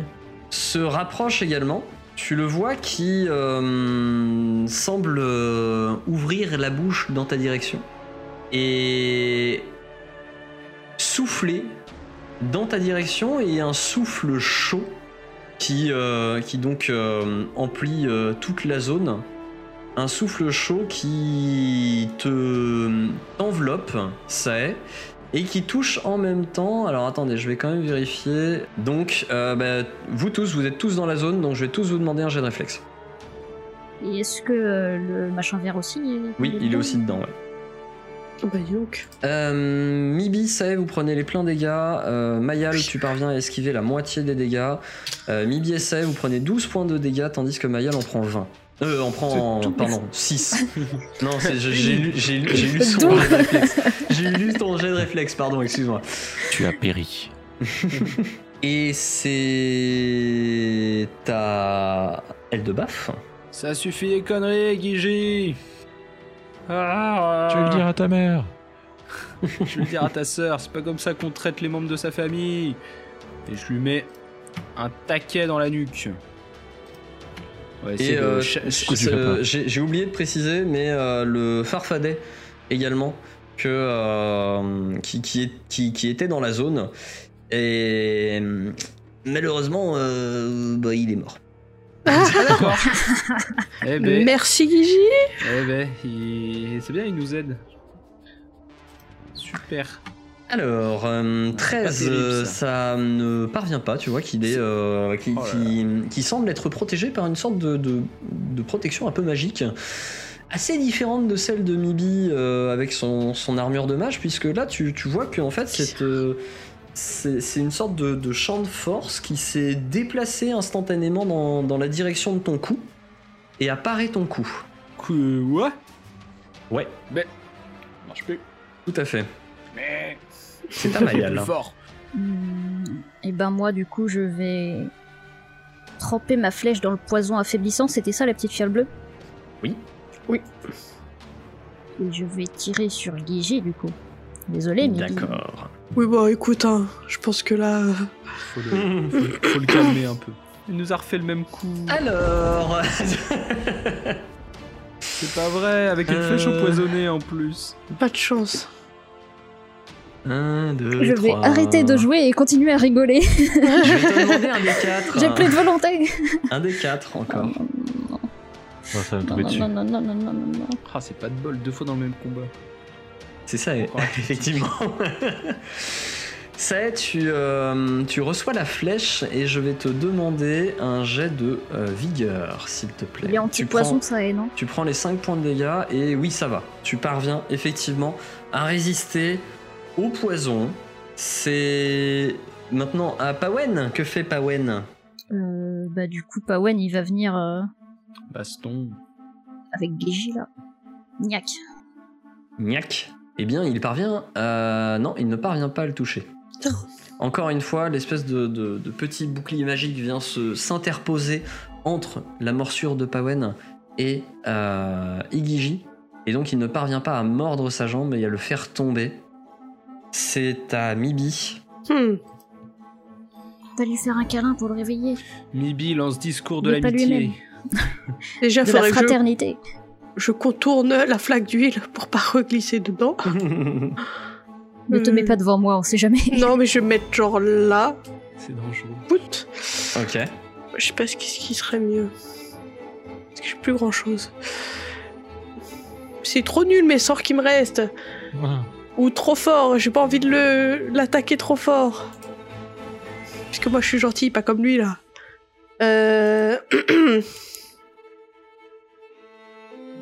Speaker 1: se rapproche également. Tu le vois qui euh, semble euh, ouvrir la bouche dans ta direction et souffler dans ta direction et un souffle chaud qui, euh, qui donc euh, emplit euh, toute la zone. Un souffle chaud qui te t'enveloppe, ça est et qui touche en même temps. Alors attendez, je vais quand même vérifier. Donc, euh, bah, vous tous, vous êtes tous dans la zone, donc je vais tous vous demander un jet de réflexe.
Speaker 4: Et est-ce que euh, le machin vert aussi il-
Speaker 1: Oui, il est
Speaker 4: dedans
Speaker 1: aussi dedans. ouais.
Speaker 2: Ah.
Speaker 3: Oh, Bah dis donc.
Speaker 1: Euh, Mibi, ça y est, vous prenez les pleins dégâts. Euh, Mayal, tu parviens à esquiver la moitié des dégâts. Euh, Mibi et ça y est, vous prenez 12 points de dégâts, tandis que Mayal en prend 20. Euh, en prend, pardon, 6. non, c'est- je- j'ai lu, j'ai lu- j'ai lu son
Speaker 4: Donc.
Speaker 1: jet de réflexe. J'ai lu ton jet de réflexe, pardon, excuse-moi.
Speaker 5: Tu as péri.
Speaker 1: Et c'est ta elle de baffe.
Speaker 2: Ça suffit les conneries, Guigi ah,
Speaker 5: Tu vas le dire à ta mère
Speaker 2: Je vais le dire à ta sœur, c'est pas comme ça qu'on traite les membres de sa famille. Et je lui mets un taquet dans la nuque. Ouais, c'est
Speaker 1: Et
Speaker 2: le
Speaker 1: euh,
Speaker 2: cha-
Speaker 1: je-
Speaker 2: cha-
Speaker 1: je-
Speaker 5: lapin.
Speaker 1: j'ai j'ai oublié de préciser, mais euh, le farfadet également que euh, qui, qui, est- qui- qui était dans la zone et euh, malheureusement euh, bah, il est mort.
Speaker 2: Ah, D'accord. eh ben,
Speaker 3: Merci Gigi
Speaker 2: eh ben, il- c'est bien, il nous aide. Super.
Speaker 1: Alors, euh, 13,
Speaker 2: terrible,
Speaker 1: euh,
Speaker 2: ça.
Speaker 1: ça. ne parvient pas, tu vois, qu'il est, euh, qui,
Speaker 2: Oh là
Speaker 1: qui- qui semble être protégé par une sorte de, de- de protection un peu magique, assez différente de celle de Mibi euh, avec son, son armure de mage, puisque là, tu, tu vois que en fait, cette, euh, c'est c'est une sorte de, de champ de force qui s'est déplacé instantanément dans, dans la direction de ton cou et apparaît ton cou.
Speaker 2: Quoi
Speaker 1: Ouais,
Speaker 2: Marche plus.
Speaker 1: tout à fait.
Speaker 2: Mais
Speaker 1: C'est un
Speaker 2: plus
Speaker 1: Mayal.
Speaker 2: fort.
Speaker 4: Hmm, Et ben moi, du coup, je vais tremper ma flèche dans le poison affaiblissant. C'était ça la petite fiole bleue
Speaker 1: Oui.
Speaker 3: Oui.
Speaker 4: Et je vais tirer sur Guigi, du coup. Désolé, mais
Speaker 1: D'accord.
Speaker 3: bah, Oui, bon, écoute, hein, je pense que là. euh,
Speaker 2: Faut le, faut le- faut le calmer un peu. Il nous a refait le même coup.
Speaker 3: Ah.
Speaker 1: Alors
Speaker 2: C'est pas vrai, avec une
Speaker 1: Euh.
Speaker 2: flèche empoisonnée en plus.
Speaker 3: Pas de chance.
Speaker 1: 1, 2,
Speaker 4: Je vais arrêter de jouer et continuer à rigoler.
Speaker 1: Je vais te demander un des 4.
Speaker 4: J'ai plus de Ah. volonté.
Speaker 1: Un des 4 encore.
Speaker 5: Ouais, ça va me
Speaker 4: Non,
Speaker 5: tomber dessus.
Speaker 4: non, non, non, non, non, non, non.
Speaker 2: Ah, c'est pas de bol, deux fois dans le même combat.
Speaker 1: C'est ça,
Speaker 2: Encore un petit.
Speaker 1: effectivement. Ça, tu, euh, tu reçois la flèche et je vais te demander un jet de euh, vigueur, s'il te plaît.
Speaker 4: Il est
Speaker 1: tu,
Speaker 4: anti-poisson,
Speaker 1: prends,
Speaker 4: ça est, non
Speaker 1: tu prends les 5 points de dégâts et oui, ça va. Tu parviens effectivement à résister au poison. C'est maintenant à Pawen. Que fait Pawen
Speaker 4: euh, Bah, du coup, Pawen, il va venir euh,
Speaker 2: Baston.
Speaker 4: avec Gigi, là. Niac.
Speaker 1: Niac. Eh bien, il parvient. à- Non, il ne parvient pas à le toucher. Encore une fois, l'espèce de, de- de petit bouclier magique vient se s'interposer entre la morsure de Pawen et euh, Igiji. Et donc, il ne parvient pas à mordre sa jambe et à le faire tomber. C'est à Mibi.
Speaker 3: Hmm.
Speaker 4: T'as lui faire un câlin pour le réveiller.
Speaker 2: Mibi lance discours de
Speaker 4: Il est pas
Speaker 2: l'amitié.
Speaker 4: lui-même.
Speaker 3: Déjà,
Speaker 4: De la
Speaker 3: faudrait que je,
Speaker 4: fraternité.
Speaker 3: je contourne la flaque d'huile pour pas reglisser dedans.
Speaker 4: Ne te
Speaker 3: Hmm.
Speaker 4: mets pas devant moi, on sait jamais.
Speaker 3: Non, mais je vais me mettre genre là.
Speaker 2: C'est dangereux.
Speaker 3: Pout.
Speaker 1: ok.
Speaker 3: Je sais pas ce qui, ce qui serait mieux. Parce que j'ai plus grand chose. C'est trop nul mes sorts qui me restent.
Speaker 5: Ah.
Speaker 3: Ou trop fort, j'ai pas envie de le l'attaquer trop fort. Parce que moi je suis gentil, pas comme lui là. Euh...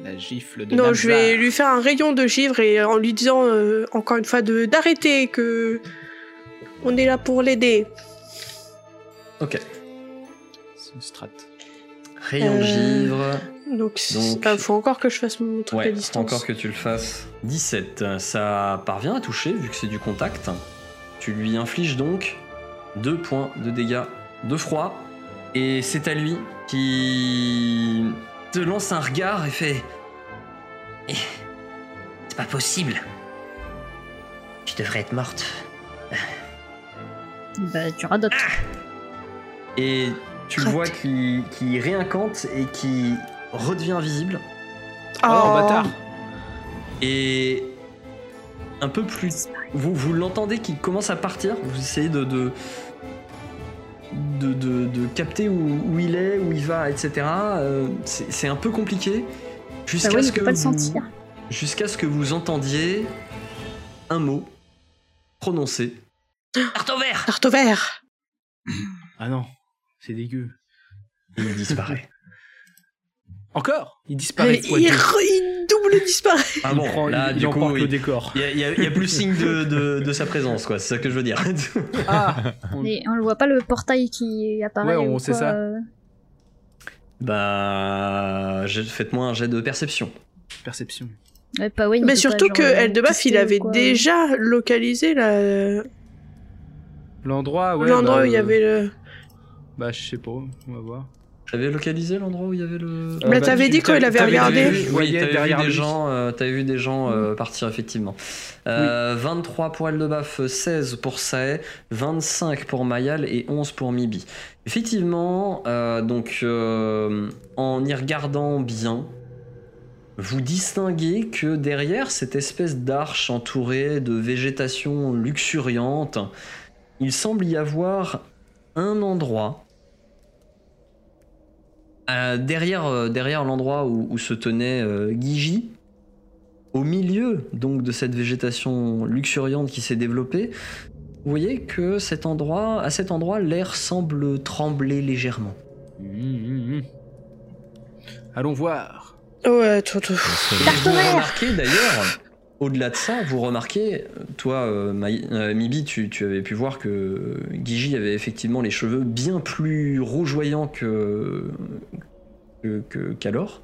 Speaker 2: La gifle de
Speaker 3: non,
Speaker 2: Namza.
Speaker 3: je vais lui faire un rayon de givre et en lui disant euh, encore une fois de d'arrêter que on est là pour l'aider.
Speaker 1: Ok.
Speaker 2: C'est une strat.
Speaker 3: Oh.
Speaker 1: Rayon
Speaker 3: Euh,
Speaker 1: givre.
Speaker 3: Donc, c'est-
Speaker 1: Donc-
Speaker 3: bah, faut encore que je fasse mon truc à
Speaker 1: Ouais, faut
Speaker 3: distance.
Speaker 1: encore que tu le fasses. 17. Ça parvient à toucher vu que c'est du contact. Tu lui infliges donc 2 points de dégâts de froid. Et c'est à lui qui te lance un regard et fait Eh, C'est pas possible. Tu devrais être morte.
Speaker 4: Bah, tu radotes.
Speaker 1: Et tu le
Speaker 3: Raté.
Speaker 1: vois qui, qui réincante et qui redevient invisible.
Speaker 2: Oh, bâtard
Speaker 1: Et un peu plus. Vous, vous l'entendez qui commence à partir. Vous essayez de. de de, de- de capter où, où il est, où il va, etc. Euh, c'est c'est un peu compliqué.
Speaker 4: Bah,
Speaker 1: Jusqu'à
Speaker 4: ouais,
Speaker 1: ce
Speaker 4: il
Speaker 1: que
Speaker 4: peut pas le
Speaker 1: vous-
Speaker 4: sentir.
Speaker 1: Jusqu'à ce que vous entendiez un mot prononcé. Tarte au vert
Speaker 3: Tarte au vert
Speaker 2: Ah non, c'est dégueu.
Speaker 1: Il disparaît.
Speaker 2: Encore Il disparaît.
Speaker 3: Et
Speaker 2: de
Speaker 3: Il,
Speaker 2: Poitiers.
Speaker 3: re- il double disparaît
Speaker 1: Ah
Speaker 2: Il
Speaker 1: bon,
Speaker 2: prend-
Speaker 1: là,
Speaker 2: il,
Speaker 1: du
Speaker 2: il
Speaker 1: coup,
Speaker 2: emporte le
Speaker 1: il-
Speaker 2: décor.
Speaker 1: il y a, il y a- il y a plus signe de, de- de sa présence, quoi. C'est ça que je veux dire.
Speaker 2: Ah on-
Speaker 4: Mais on le voit pas le portail qui apparaît.
Speaker 2: Ouais, on
Speaker 4: ou
Speaker 2: sait
Speaker 4: quoi,
Speaker 2: ça.
Speaker 4: euh,
Speaker 1: bah, j'ai- faites-moi un jet de perception.
Speaker 2: Perception.
Speaker 4: ouais, pas, ouais, il
Speaker 3: Mais
Speaker 4: peut
Speaker 3: surtout
Speaker 4: pas,
Speaker 3: que
Speaker 4: genre, euh,
Speaker 3: elle de Baff, il
Speaker 4: pister ou
Speaker 3: avait
Speaker 4: quoi.
Speaker 3: déjà localisé la-
Speaker 2: L'endroit, ouais.
Speaker 3: l'endroit
Speaker 2: bah,
Speaker 3: où il y
Speaker 2: euh,
Speaker 3: avait le.
Speaker 2: Bah, je sais pas, on va voir.
Speaker 1: J'avais localisé l'endroit où il y avait le.
Speaker 3: Mais
Speaker 2: bah,
Speaker 3: t'avais
Speaker 2: tu-
Speaker 3: dit quand il
Speaker 2: t'avais-
Speaker 3: avait
Speaker 2: t'avais
Speaker 3: regardé. Mm.
Speaker 2: vu, je
Speaker 1: Oui,
Speaker 2: voyais
Speaker 1: t'avais
Speaker 2: derrière
Speaker 1: vu, des
Speaker 2: lui.
Speaker 1: gens, euh, t'avais vu des gens euh, partir, effectivement. Euh, 23 poils de baffe, 16 pour Sae, 25 pour Mayal et 11 pour Mibi. Effectivement, euh, donc, euh, en y regardant bien, vous distinguez que derrière cette espèce d'arche entourée de végétation luxuriante, il semble y avoir un endroit euh, derrière, euh, derrière l'endroit où, où se tenait euh, Guigi, au milieu donc de cette végétation luxuriante qui s'est développée, vous voyez que cet endroit, à cet endroit, l'air semble trembler légèrement.
Speaker 2: Mmh, mmh, mmh. Allons voir.
Speaker 3: oh, Ouais, tout, tout.
Speaker 1: Et
Speaker 5: C'est-
Speaker 1: vous
Speaker 4: Tartemère
Speaker 1: remarquez d'ailleurs, au-delà de ça, vous remarquez, toi, euh, Maï- euh, Mibi, tu, tu avais pu voir que Gigi avait effectivement les cheveux bien plus rougeoyants que que- que- qu'alors.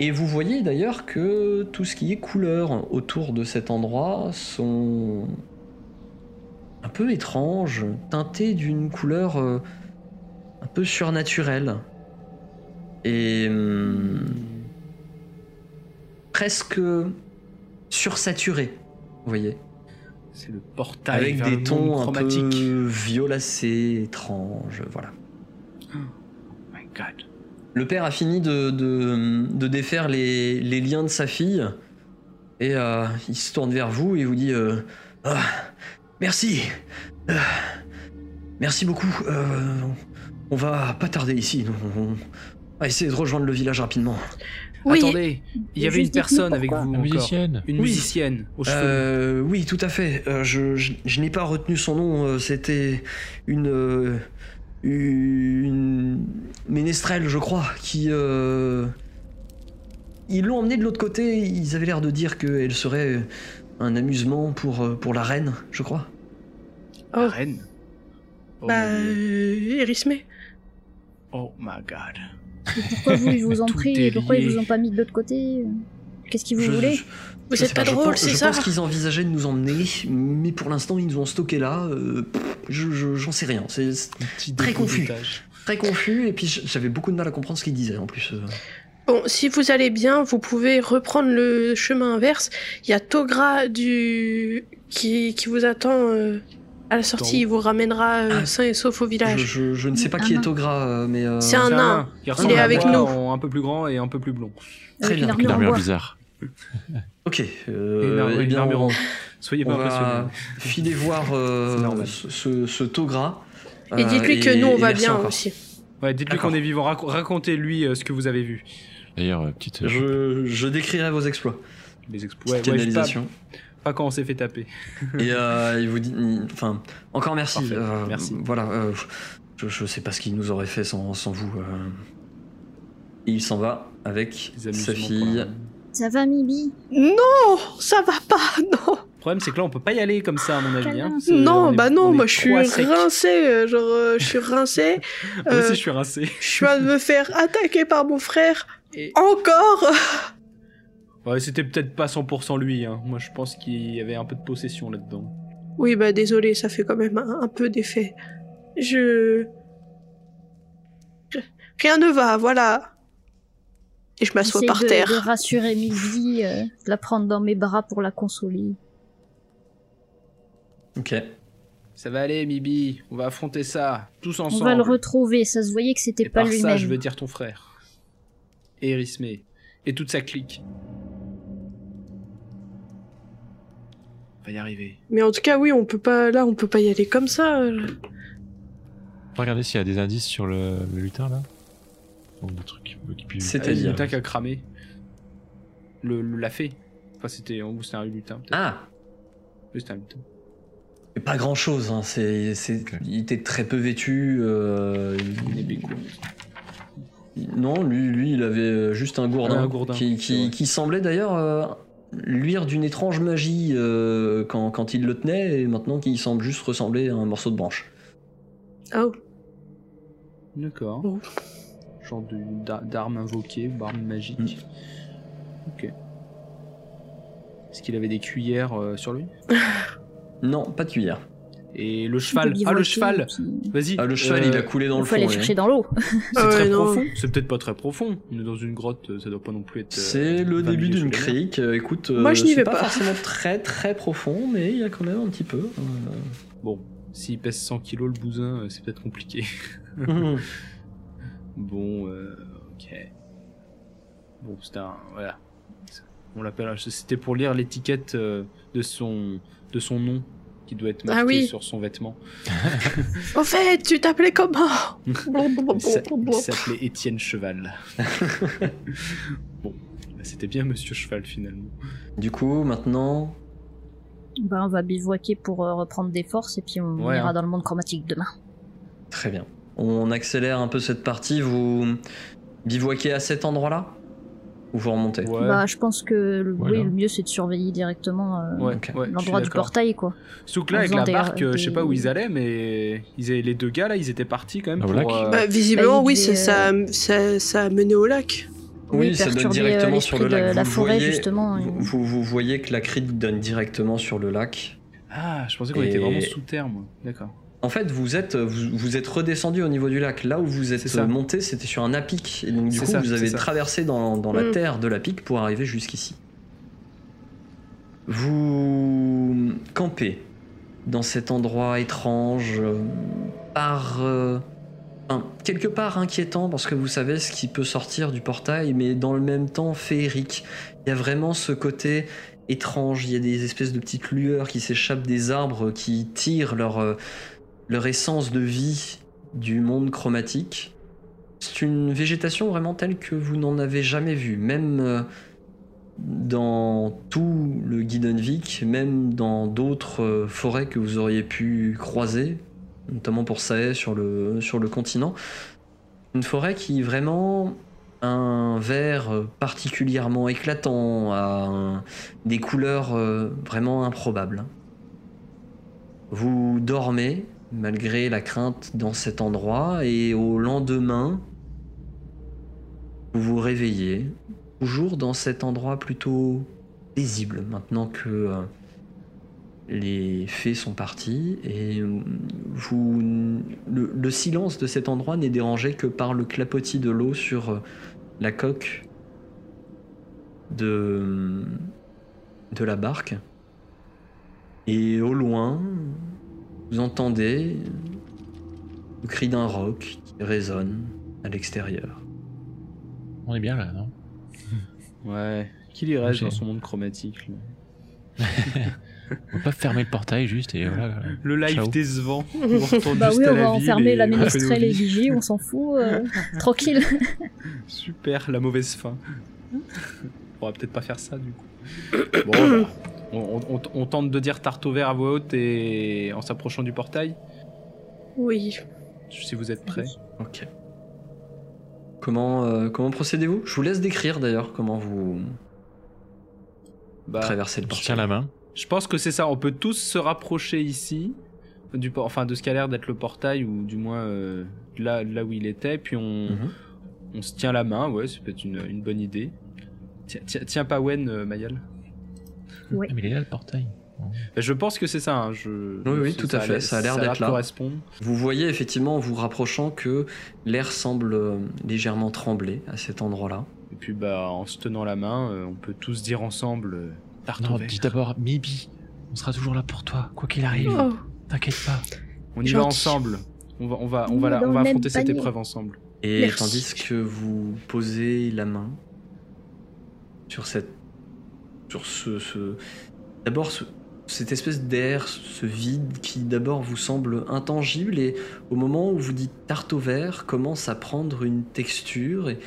Speaker 1: Et vous voyez d'ailleurs que tout ce qui est couleur autour de cet endroit sont un peu étranges, teintées d'une couleur euh, un peu surnaturelle. Et hum, presque sursaturé, vous voyez,
Speaker 2: C'est le portail.
Speaker 1: avec
Speaker 2: Ah vers le
Speaker 1: des
Speaker 2: monde
Speaker 1: tons un
Speaker 2: chromatique.
Speaker 1: peu violacés, étranges, voilà.
Speaker 2: God.
Speaker 1: Le père a fini de, de- de défaire les, les liens de sa fille et euh, il se tourne vers vous et vous dit euh, Ah, Merci Euh, Merci beaucoup Euh, on va pas tarder ici, nous, on va essayer de rejoindre le village rapidement.
Speaker 3: Oui,
Speaker 2: Attendez, il y avait une
Speaker 4: Juste dites-nous
Speaker 2: personne avec
Speaker 4: pourquoi.
Speaker 2: vous
Speaker 5: La
Speaker 2: encore.
Speaker 5: musicienne
Speaker 2: Une
Speaker 1: Oui.
Speaker 2: musicienne aux cheveux.
Speaker 1: Euh, oui, tout à fait. Euh, je je- je n'ai pas retenu son nom. euh, C'était une, euh, une ménestrelle, je crois, qui. euh, Ils l'ont emmenée de l'autre côté. Ils avaient l'air de dire qu'elle serait euh, un amusement pour, euh, pour la reine, je crois.
Speaker 2: La reine. Oh,
Speaker 3: bah,
Speaker 2: mon Dieu.
Speaker 3: euh, Erismé.
Speaker 2: Oh my god.
Speaker 4: Pourquoi vous, ils vous ont
Speaker 2: Tout
Speaker 4: pris
Speaker 2: est
Speaker 4: Pourquoi ils
Speaker 2: lié.
Speaker 4: vous ont pas mis de l'autre côté euh? Qu'est-ce qu'ils vous
Speaker 1: Je-
Speaker 4: voulaient
Speaker 1: je-
Speaker 3: Vous
Speaker 1: je
Speaker 3: êtes
Speaker 1: sais
Speaker 3: pas
Speaker 1: je
Speaker 3: drôle,
Speaker 1: pense-
Speaker 3: c'est
Speaker 1: Je
Speaker 3: ça
Speaker 1: pense qu'ils envisageaient de nous emmener, mais pour l'instant, ils nous ont stockés là. euh, pff, je- je- J'en sais rien. C'est c'est Très confus. très confus. Et puis, j- j'avais beaucoup de mal à comprendre ce qu'ils disaient en plus. euh.
Speaker 3: Bon, si vous allez bien, vous pouvez reprendre le chemin inverse. Il y a Togra du... qui, qui vous attend euh, à la sortie.
Speaker 2: Dans-
Speaker 3: Il vous ramènera euh,
Speaker 1: Ah.
Speaker 3: sain et sauf au
Speaker 1: Je,
Speaker 3: village.
Speaker 1: je- je ne sais pas
Speaker 4: Un
Speaker 1: qui
Speaker 4: nain.
Speaker 1: est Ogra, euh, mais. euh,
Speaker 3: Ah C'est un- nain.
Speaker 2: Il ressemble
Speaker 1: est
Speaker 2: à
Speaker 1: avec
Speaker 2: moi
Speaker 3: nous.
Speaker 2: en un peu plus grand et un peu plus blond.
Speaker 1: très
Speaker 4: Avec
Speaker 1: bien.
Speaker 4: une
Speaker 5: Une
Speaker 4: armure en
Speaker 5: armure
Speaker 4: bois.
Speaker 5: bizarre.
Speaker 1: Ok.
Speaker 2: Et une
Speaker 1: Euh,
Speaker 2: arme-
Speaker 1: eh
Speaker 2: une
Speaker 1: bien,
Speaker 2: armure
Speaker 1: on,
Speaker 2: en- Soyez
Speaker 1: on
Speaker 2: pas
Speaker 1: va
Speaker 2: impressionnés.
Speaker 1: filer voir euh,
Speaker 2: C'est normal.
Speaker 1: ce, ce- ce Togra.
Speaker 3: Et
Speaker 1: euh,
Speaker 2: Ah,
Speaker 3: dites-lui que nous, on
Speaker 1: et
Speaker 3: va
Speaker 1: merci
Speaker 3: bien
Speaker 1: encore.
Speaker 3: aussi.
Speaker 2: Ouais, dites-lui
Speaker 1: D'accord.
Speaker 2: qu'on est vivant. Raco- Racontez-lui euh, ce que vous avez vu.
Speaker 5: D'ailleurs, euh, petite. euh,
Speaker 1: Je, je décrirai vos exploits.
Speaker 2: Les exploits.
Speaker 1: Petite
Speaker 2: Ouais, ouais, je sais pas,
Speaker 1: canalisation.
Speaker 2: pas quand on s'est fait taper.
Speaker 1: Et euh, il vous dit. Enfin, encore merci.
Speaker 2: Parfait,
Speaker 1: euh,
Speaker 2: merci.
Speaker 1: Voilà. euh, je, je sais pas ce qu'il nous aurait fait sans, sans vous. euh. Et il s'en va avec
Speaker 2: Les amusements
Speaker 1: sa
Speaker 2: pour la
Speaker 1: fille.
Speaker 2: reine.
Speaker 4: Ça va, Mibi
Speaker 3: Non, ça va pas, non.
Speaker 2: Le problème, c'est que là, on peut pas y aller comme ça, à mon avis. hein.
Speaker 4: Câlin.
Speaker 2: C'est- on
Speaker 3: non,
Speaker 2: est-
Speaker 3: bah
Speaker 2: on
Speaker 3: non,
Speaker 2: est
Speaker 3: moi je suis
Speaker 2: trois secs.
Speaker 3: rincée, euh, genre euh, je suis rincée.
Speaker 2: Moi
Speaker 3: Euh,
Speaker 2: aussi, je suis rincé.
Speaker 3: je suis à me faire attaquer par mon frère
Speaker 2: Et-
Speaker 3: encore.
Speaker 2: Ouais, c'était peut-être pas 100% lui. hein. Moi, je pense qu'il y avait un peu de possession là-dedans.
Speaker 3: Oui, bah désolé, ça fait quand même un, un peu d'effet. Je... Rien ne va, voilà. Et je m'assois
Speaker 4: J'essaie
Speaker 3: par
Speaker 4: de,
Speaker 3: terre.
Speaker 4: de rassurer Mibi, euh, de la prendre dans mes bras pour la consoler.
Speaker 1: Ok.
Speaker 2: Ça va aller, Mibi. On va affronter ça. Tous
Speaker 4: On
Speaker 2: ensemble.
Speaker 4: va le retrouver. Ça se voyait que c'était
Speaker 2: Et
Speaker 4: pas
Speaker 2: par ça,
Speaker 4: lui-même.
Speaker 2: je veux dire ton frère. Et Erismé. Et toute sa clique. On va y arriver.
Speaker 3: Mais en tout cas, oui, on peut pas. Là, on peut pas y aller comme ça.
Speaker 5: Regardez s'il y a des indices sur le, le lutin là. Ou des trucs qui- qui puissent-
Speaker 1: C'était
Speaker 2: Ah, le
Speaker 1: C'est-à-dire
Speaker 2: lutin qui a cramé. Le, le- la fée. Enfin, c'était en gros, c'était un lutin. peut-être.
Speaker 1: Ah
Speaker 2: Oui, c'était un lutin.
Speaker 1: Mais Pas grand chose, hein. c'est, c'est-
Speaker 5: Ok.
Speaker 1: il était très peu vêtu. euh, il- Non, lui, lui, il avait euh, juste un gourdin,
Speaker 2: Ah, un gourdin,
Speaker 1: qui, qui-
Speaker 2: c'est vrai.
Speaker 1: qui semblait d'ailleurs euh, luire d'une étrange magie euh, quand, quand il le tenait, et maintenant qu'il semble juste ressembler à un morceau de branche.
Speaker 3: Oh.
Speaker 2: D'accord.
Speaker 3: Bon.
Speaker 2: Genre de- d'a- d'arme invoquée, d'arme magique.
Speaker 3: Mm.
Speaker 2: Ok. Est-ce qu'il avait des cuillères euh, sur lui
Speaker 1: Non, pas de cuillère.
Speaker 2: Et le
Speaker 4: On peut
Speaker 2: cheval. Ah, le
Speaker 4: bivouaquer,
Speaker 2: cheval
Speaker 4: puis-
Speaker 2: Vas-y.
Speaker 1: Ah, le cheval,
Speaker 2: euh,
Speaker 1: il a coulé dans
Speaker 4: Il
Speaker 1: le
Speaker 4: faut
Speaker 1: fond.
Speaker 4: aller
Speaker 1: oui.
Speaker 4: chercher dans l'eau.
Speaker 2: C'est
Speaker 3: Ah ouais,
Speaker 2: très
Speaker 3: non.
Speaker 2: profond. C'est peut-être pas très profond. On est dans une grotte, euh, ça doit pas non plus être. euh,
Speaker 1: C'est le
Speaker 2: 20
Speaker 1: début
Speaker 2: milieux
Speaker 1: d'une
Speaker 2: sous les
Speaker 1: crique. euh, Écoute,
Speaker 3: Moi, je n'y
Speaker 1: c'est
Speaker 3: vais
Speaker 1: pas
Speaker 3: pas.
Speaker 1: forcément très très profond, mais il y a quand même un petit peu. euh,
Speaker 2: mers. Bon, s'il pèse 100 kilos le bousin, euh, c'est peut-être compliqué.
Speaker 1: Mhm.
Speaker 2: Bon, euh, ok. Bon, c'était un. Voilà. On l'appelle. C'était pour lire l'étiquette euh, de son de son nom qui doit être
Speaker 3: Ah
Speaker 2: marqué
Speaker 3: oui.
Speaker 2: sur son vêtement.
Speaker 3: Au fait, tu t'appelais comment
Speaker 2: Il s'a- il s'appelait Étienne Cheval. bon, bah, c'était bien Monsieur Cheval finalement.
Speaker 1: Du coup, maintenant,
Speaker 4: Bah, on va bivouaquer pour euh, reprendre des forces et puis on
Speaker 2: Ouais,
Speaker 4: ira
Speaker 2: hein.
Speaker 4: dans le monde chromatique demain.
Speaker 1: Très bien. On accélère un peu cette partie. Vous bivouaquez à cet endroit-là Ou vous remontez
Speaker 2: Ouais.
Speaker 4: Bah, je pense que le,
Speaker 5: Voilà.
Speaker 4: oui, le mieux c'est de surveiller directement euh,
Speaker 2: Ouais,
Speaker 1: ok.
Speaker 2: ouais, je suis
Speaker 4: l'endroit du
Speaker 2: d'accord.
Speaker 4: portail, quoi.
Speaker 2: Sauf que
Speaker 4: En
Speaker 2: là, avec
Speaker 4: faisant
Speaker 2: la
Speaker 4: des-
Speaker 2: barque, euh, je sais
Speaker 4: des-
Speaker 2: pas où ils allaient, mais ils avaient- les deux gars là, ils étaient partis quand même.
Speaker 5: Au
Speaker 2: Pour,
Speaker 5: lac.
Speaker 2: euh,
Speaker 3: Bah, visiblement,
Speaker 4: Bah,
Speaker 3: oui,
Speaker 4: il
Speaker 3: ça,
Speaker 4: est,
Speaker 3: ça, ça, ça a mené au lac.
Speaker 1: Oui, ça
Speaker 4: perturber,
Speaker 1: donne
Speaker 4: euh,
Speaker 1: directement
Speaker 4: l'esprit
Speaker 1: sur le
Speaker 4: de
Speaker 1: lac.
Speaker 4: la
Speaker 1: Vous
Speaker 4: forêt,
Speaker 1: voyez-
Speaker 4: justement.
Speaker 1: Vous, vous- vous voyez que la crique donne directement sur le lac.
Speaker 2: Ah, je pensais qu'on
Speaker 1: Et-
Speaker 2: était vraiment sous terre, moi. D'accord.
Speaker 1: En fait, vous êtes, vous, vous êtes redescendu au niveau du lac. Là où vous
Speaker 2: C'est
Speaker 1: êtes
Speaker 2: ça.
Speaker 1: monté, c'était sur un apic. Et donc, du
Speaker 2: C'est
Speaker 1: coup,
Speaker 2: ça,
Speaker 1: vous
Speaker 2: c'est
Speaker 1: avez
Speaker 2: ça.
Speaker 1: traversé dans, dans la
Speaker 3: Mm.
Speaker 1: terre de l'apic pour arriver jusqu'ici. Vous campez dans cet endroit étrange euh, par euh, Enfin, quelque part inquiétant parce que vous savez ce qui peut sortir du portail, mais dans le même temps féerique. Il y a vraiment ce côté étrange, il y a des espèces de petites lueurs qui s'échappent des arbres, qui tirent leur, euh, leur essence de vie du monde chromatique. C'est une végétation vraiment telle que vous n'en avez jamais vue, même euh, dans tout le Guidenvik, même dans d'autres euh, forêts que vous auriez pu croiser, notamment pour Sae sur le, sur le continent. Une forêt qui vraiment a un vert euh, particulièrement éclatant, a un- des couleurs euh, vraiment improbables. Vous dormez malgré la crainte dans cet endroit et au lendemain, vous vous réveillez toujours dans cet endroit plutôt paisible maintenant que euh, les fées sont parties et euh, vous le, le silence de cet endroit n'est dérangé que par le clapotis de l'eau sur euh, la coque de de la barque et au loin vous entendez le cri d'un roc qui résonne à l'extérieur
Speaker 5: euh, On est bien là, non
Speaker 2: Ouais. Qui lirait-je
Speaker 5: Ok.
Speaker 2: dans son monde chromatique là
Speaker 5: On peut pas fermer le portail juste et voilà.
Speaker 2: Le live
Speaker 5: Ciao.
Speaker 2: décevant. On retourne
Speaker 4: Bah
Speaker 2: juste
Speaker 4: oui,
Speaker 2: à
Speaker 4: on
Speaker 2: la
Speaker 4: va
Speaker 2: ville
Speaker 4: enfermer
Speaker 2: et
Speaker 4: la
Speaker 2: on fait nos
Speaker 4: ministrelle et
Speaker 2: vies.
Speaker 4: Gigi, on s'en fout. euh, tranquille.
Speaker 2: Super, la mauvaise fin. on pourra peut-être pas faire ça du coup. Bon, bah, on, on- on tente de dire tarte au vert à voix haute et en s'approchant du portail,
Speaker 3: Oui.
Speaker 2: si vous êtes prêts.
Speaker 1: Ok. Comment, euh, comment procédez-vous Je vous laisse décrire d'ailleurs comment vous
Speaker 2: Bah,
Speaker 1: traversez le
Speaker 5: Je
Speaker 1: portail.
Speaker 5: tiens la main.
Speaker 2: Je pense que c'est ça. On peut tous se rapprocher ici, du por- enfin de ce qui a l'air d'être le portail ou du moins euh, de là, de là où il était. Puis on,
Speaker 1: Mhm.
Speaker 2: on se tient la main. Ouais, c'est peut-être une, une bonne idée. Tiens, tiens, tiens pas Wen, euh, Mayal.
Speaker 5: Ah, mais il est là le portail.
Speaker 2: Bah, je pense que c'est ça. hein, Je,
Speaker 1: Oui, oui,
Speaker 2: c'est-
Speaker 1: tout à fait, ça a l'air d'être là.
Speaker 2: correspondre.
Speaker 1: Vous voyez effectivement en vous rapprochant que l'air semble euh, légèrement trembler à cet endroit-là.
Speaker 2: Et puis bah en se tenant la main, euh, on peut tous dire ensemble. euh, Tarte au
Speaker 5: Non,
Speaker 2: vert.
Speaker 5: dis d'abord, Mibi, on sera toujours là pour toi, quoi qu'il
Speaker 1: Ah,
Speaker 5: arrive.
Speaker 3: Oh,
Speaker 5: T'inquiète pas.
Speaker 2: On y va
Speaker 3: Gentil.
Speaker 2: ensemble. On va, on va, on
Speaker 4: On
Speaker 2: va,
Speaker 4: est
Speaker 2: la-
Speaker 4: dans
Speaker 2: on va
Speaker 4: le même
Speaker 2: affronter cette
Speaker 4: panier.
Speaker 2: épreuve ensemble.
Speaker 1: Et
Speaker 3: Merci.
Speaker 1: tandis que vous posez la main sur cette. sur ce. ce- d'abord, ce- cette espèce d'air, ce vide qui d'abord vous semble intangible, et au moment où vous dites tarte au verre, commence à prendre une texture, et,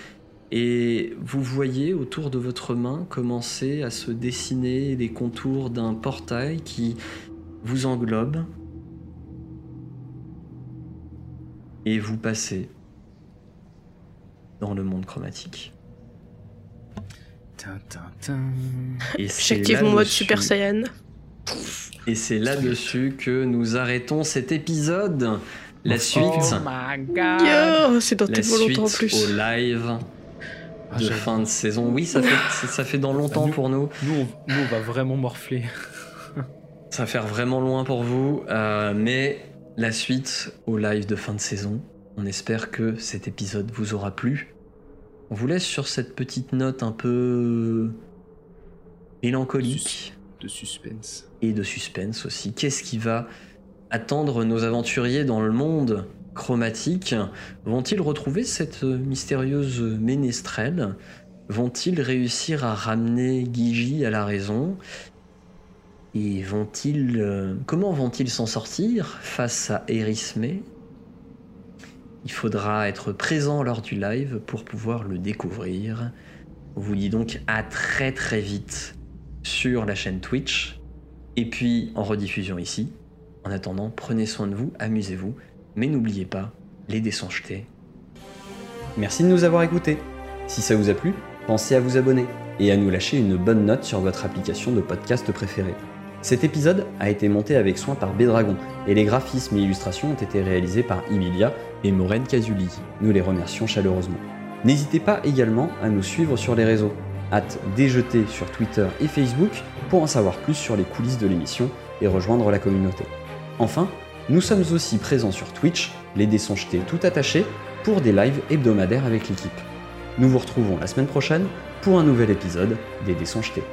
Speaker 1: et vous voyez autour de votre main commencer à se dessiner les contours d'un portail qui vous englobe, et vous passez dans le monde chromatique.
Speaker 2: Tin, tin, tin.
Speaker 1: Et c'est
Speaker 3: J'active mon mode
Speaker 1: là-dessus-
Speaker 3: Super Saiyan.
Speaker 1: Et c'est là-dessus que nous arrêtons cet épisode. La
Speaker 2: Oh.
Speaker 1: suite,
Speaker 3: Oh, Yo, c'est dans
Speaker 1: Ah, la
Speaker 3: tellement
Speaker 1: suite
Speaker 3: bah, longtemps en
Speaker 1: au
Speaker 3: plus.
Speaker 1: live
Speaker 2: Ah,
Speaker 1: de
Speaker 2: j'avoue.
Speaker 1: fin de saison. Oui, ça fait, ça fait dans longtemps
Speaker 2: nous-
Speaker 1: pour nous.
Speaker 2: Nous, on, nous, on va vraiment morfler.
Speaker 1: Ça va faire vraiment loin pour vous. euh, mais la suite au live de fin de saison. On espère que cet épisode vous aura plu. On vous laisse sur cette petite note un peu mélancolique.
Speaker 2: de suspense.
Speaker 1: et de suspense aussi. Qu'est-ce qui va attendre nos aventuriers dans le monde chromatique Vont-ils retrouver cette euh, mystérieuse ménestrelle Vont-ils réussir à ramener Gigi à la raison Et vont-ils euh, comment vont-ils s'en sortir face à Erismé Il faudra être présent lors du live pour pouvoir le découvrir. On vous dit donc à très très vite sur la chaîne Twitch et puis en rediffusion ici. En attendant, prenez soin de vous, amusez-vous, mais n'oubliez pas, les dés sont jetés. Merci de nous avoir écoutés. Si ça vous a plu, pensez à vous abonner et à nous lâcher une bonne note sur votre application de podcast préférée. Cet épisode a été monté avec soin par Bédragon et les graphismes et illustrations ont été réalisés par Emilia et Maureen Casuli. Nous les remercions chaleureusement. N'hésitez pas également à nous suivre sur les réseaux, hâte déjeter sur Twitter et Facebook pour en savoir plus sur les coulisses de l'émission et rejoindre la communauté. Enfin, nous sommes aussi présents sur Twitch, les dés sont jetés tout attachés, pour des lives hebdomadaires avec l'équipe. Nous vous retrouvons la semaine prochaine pour un nouvel épisode des dés sont jetés.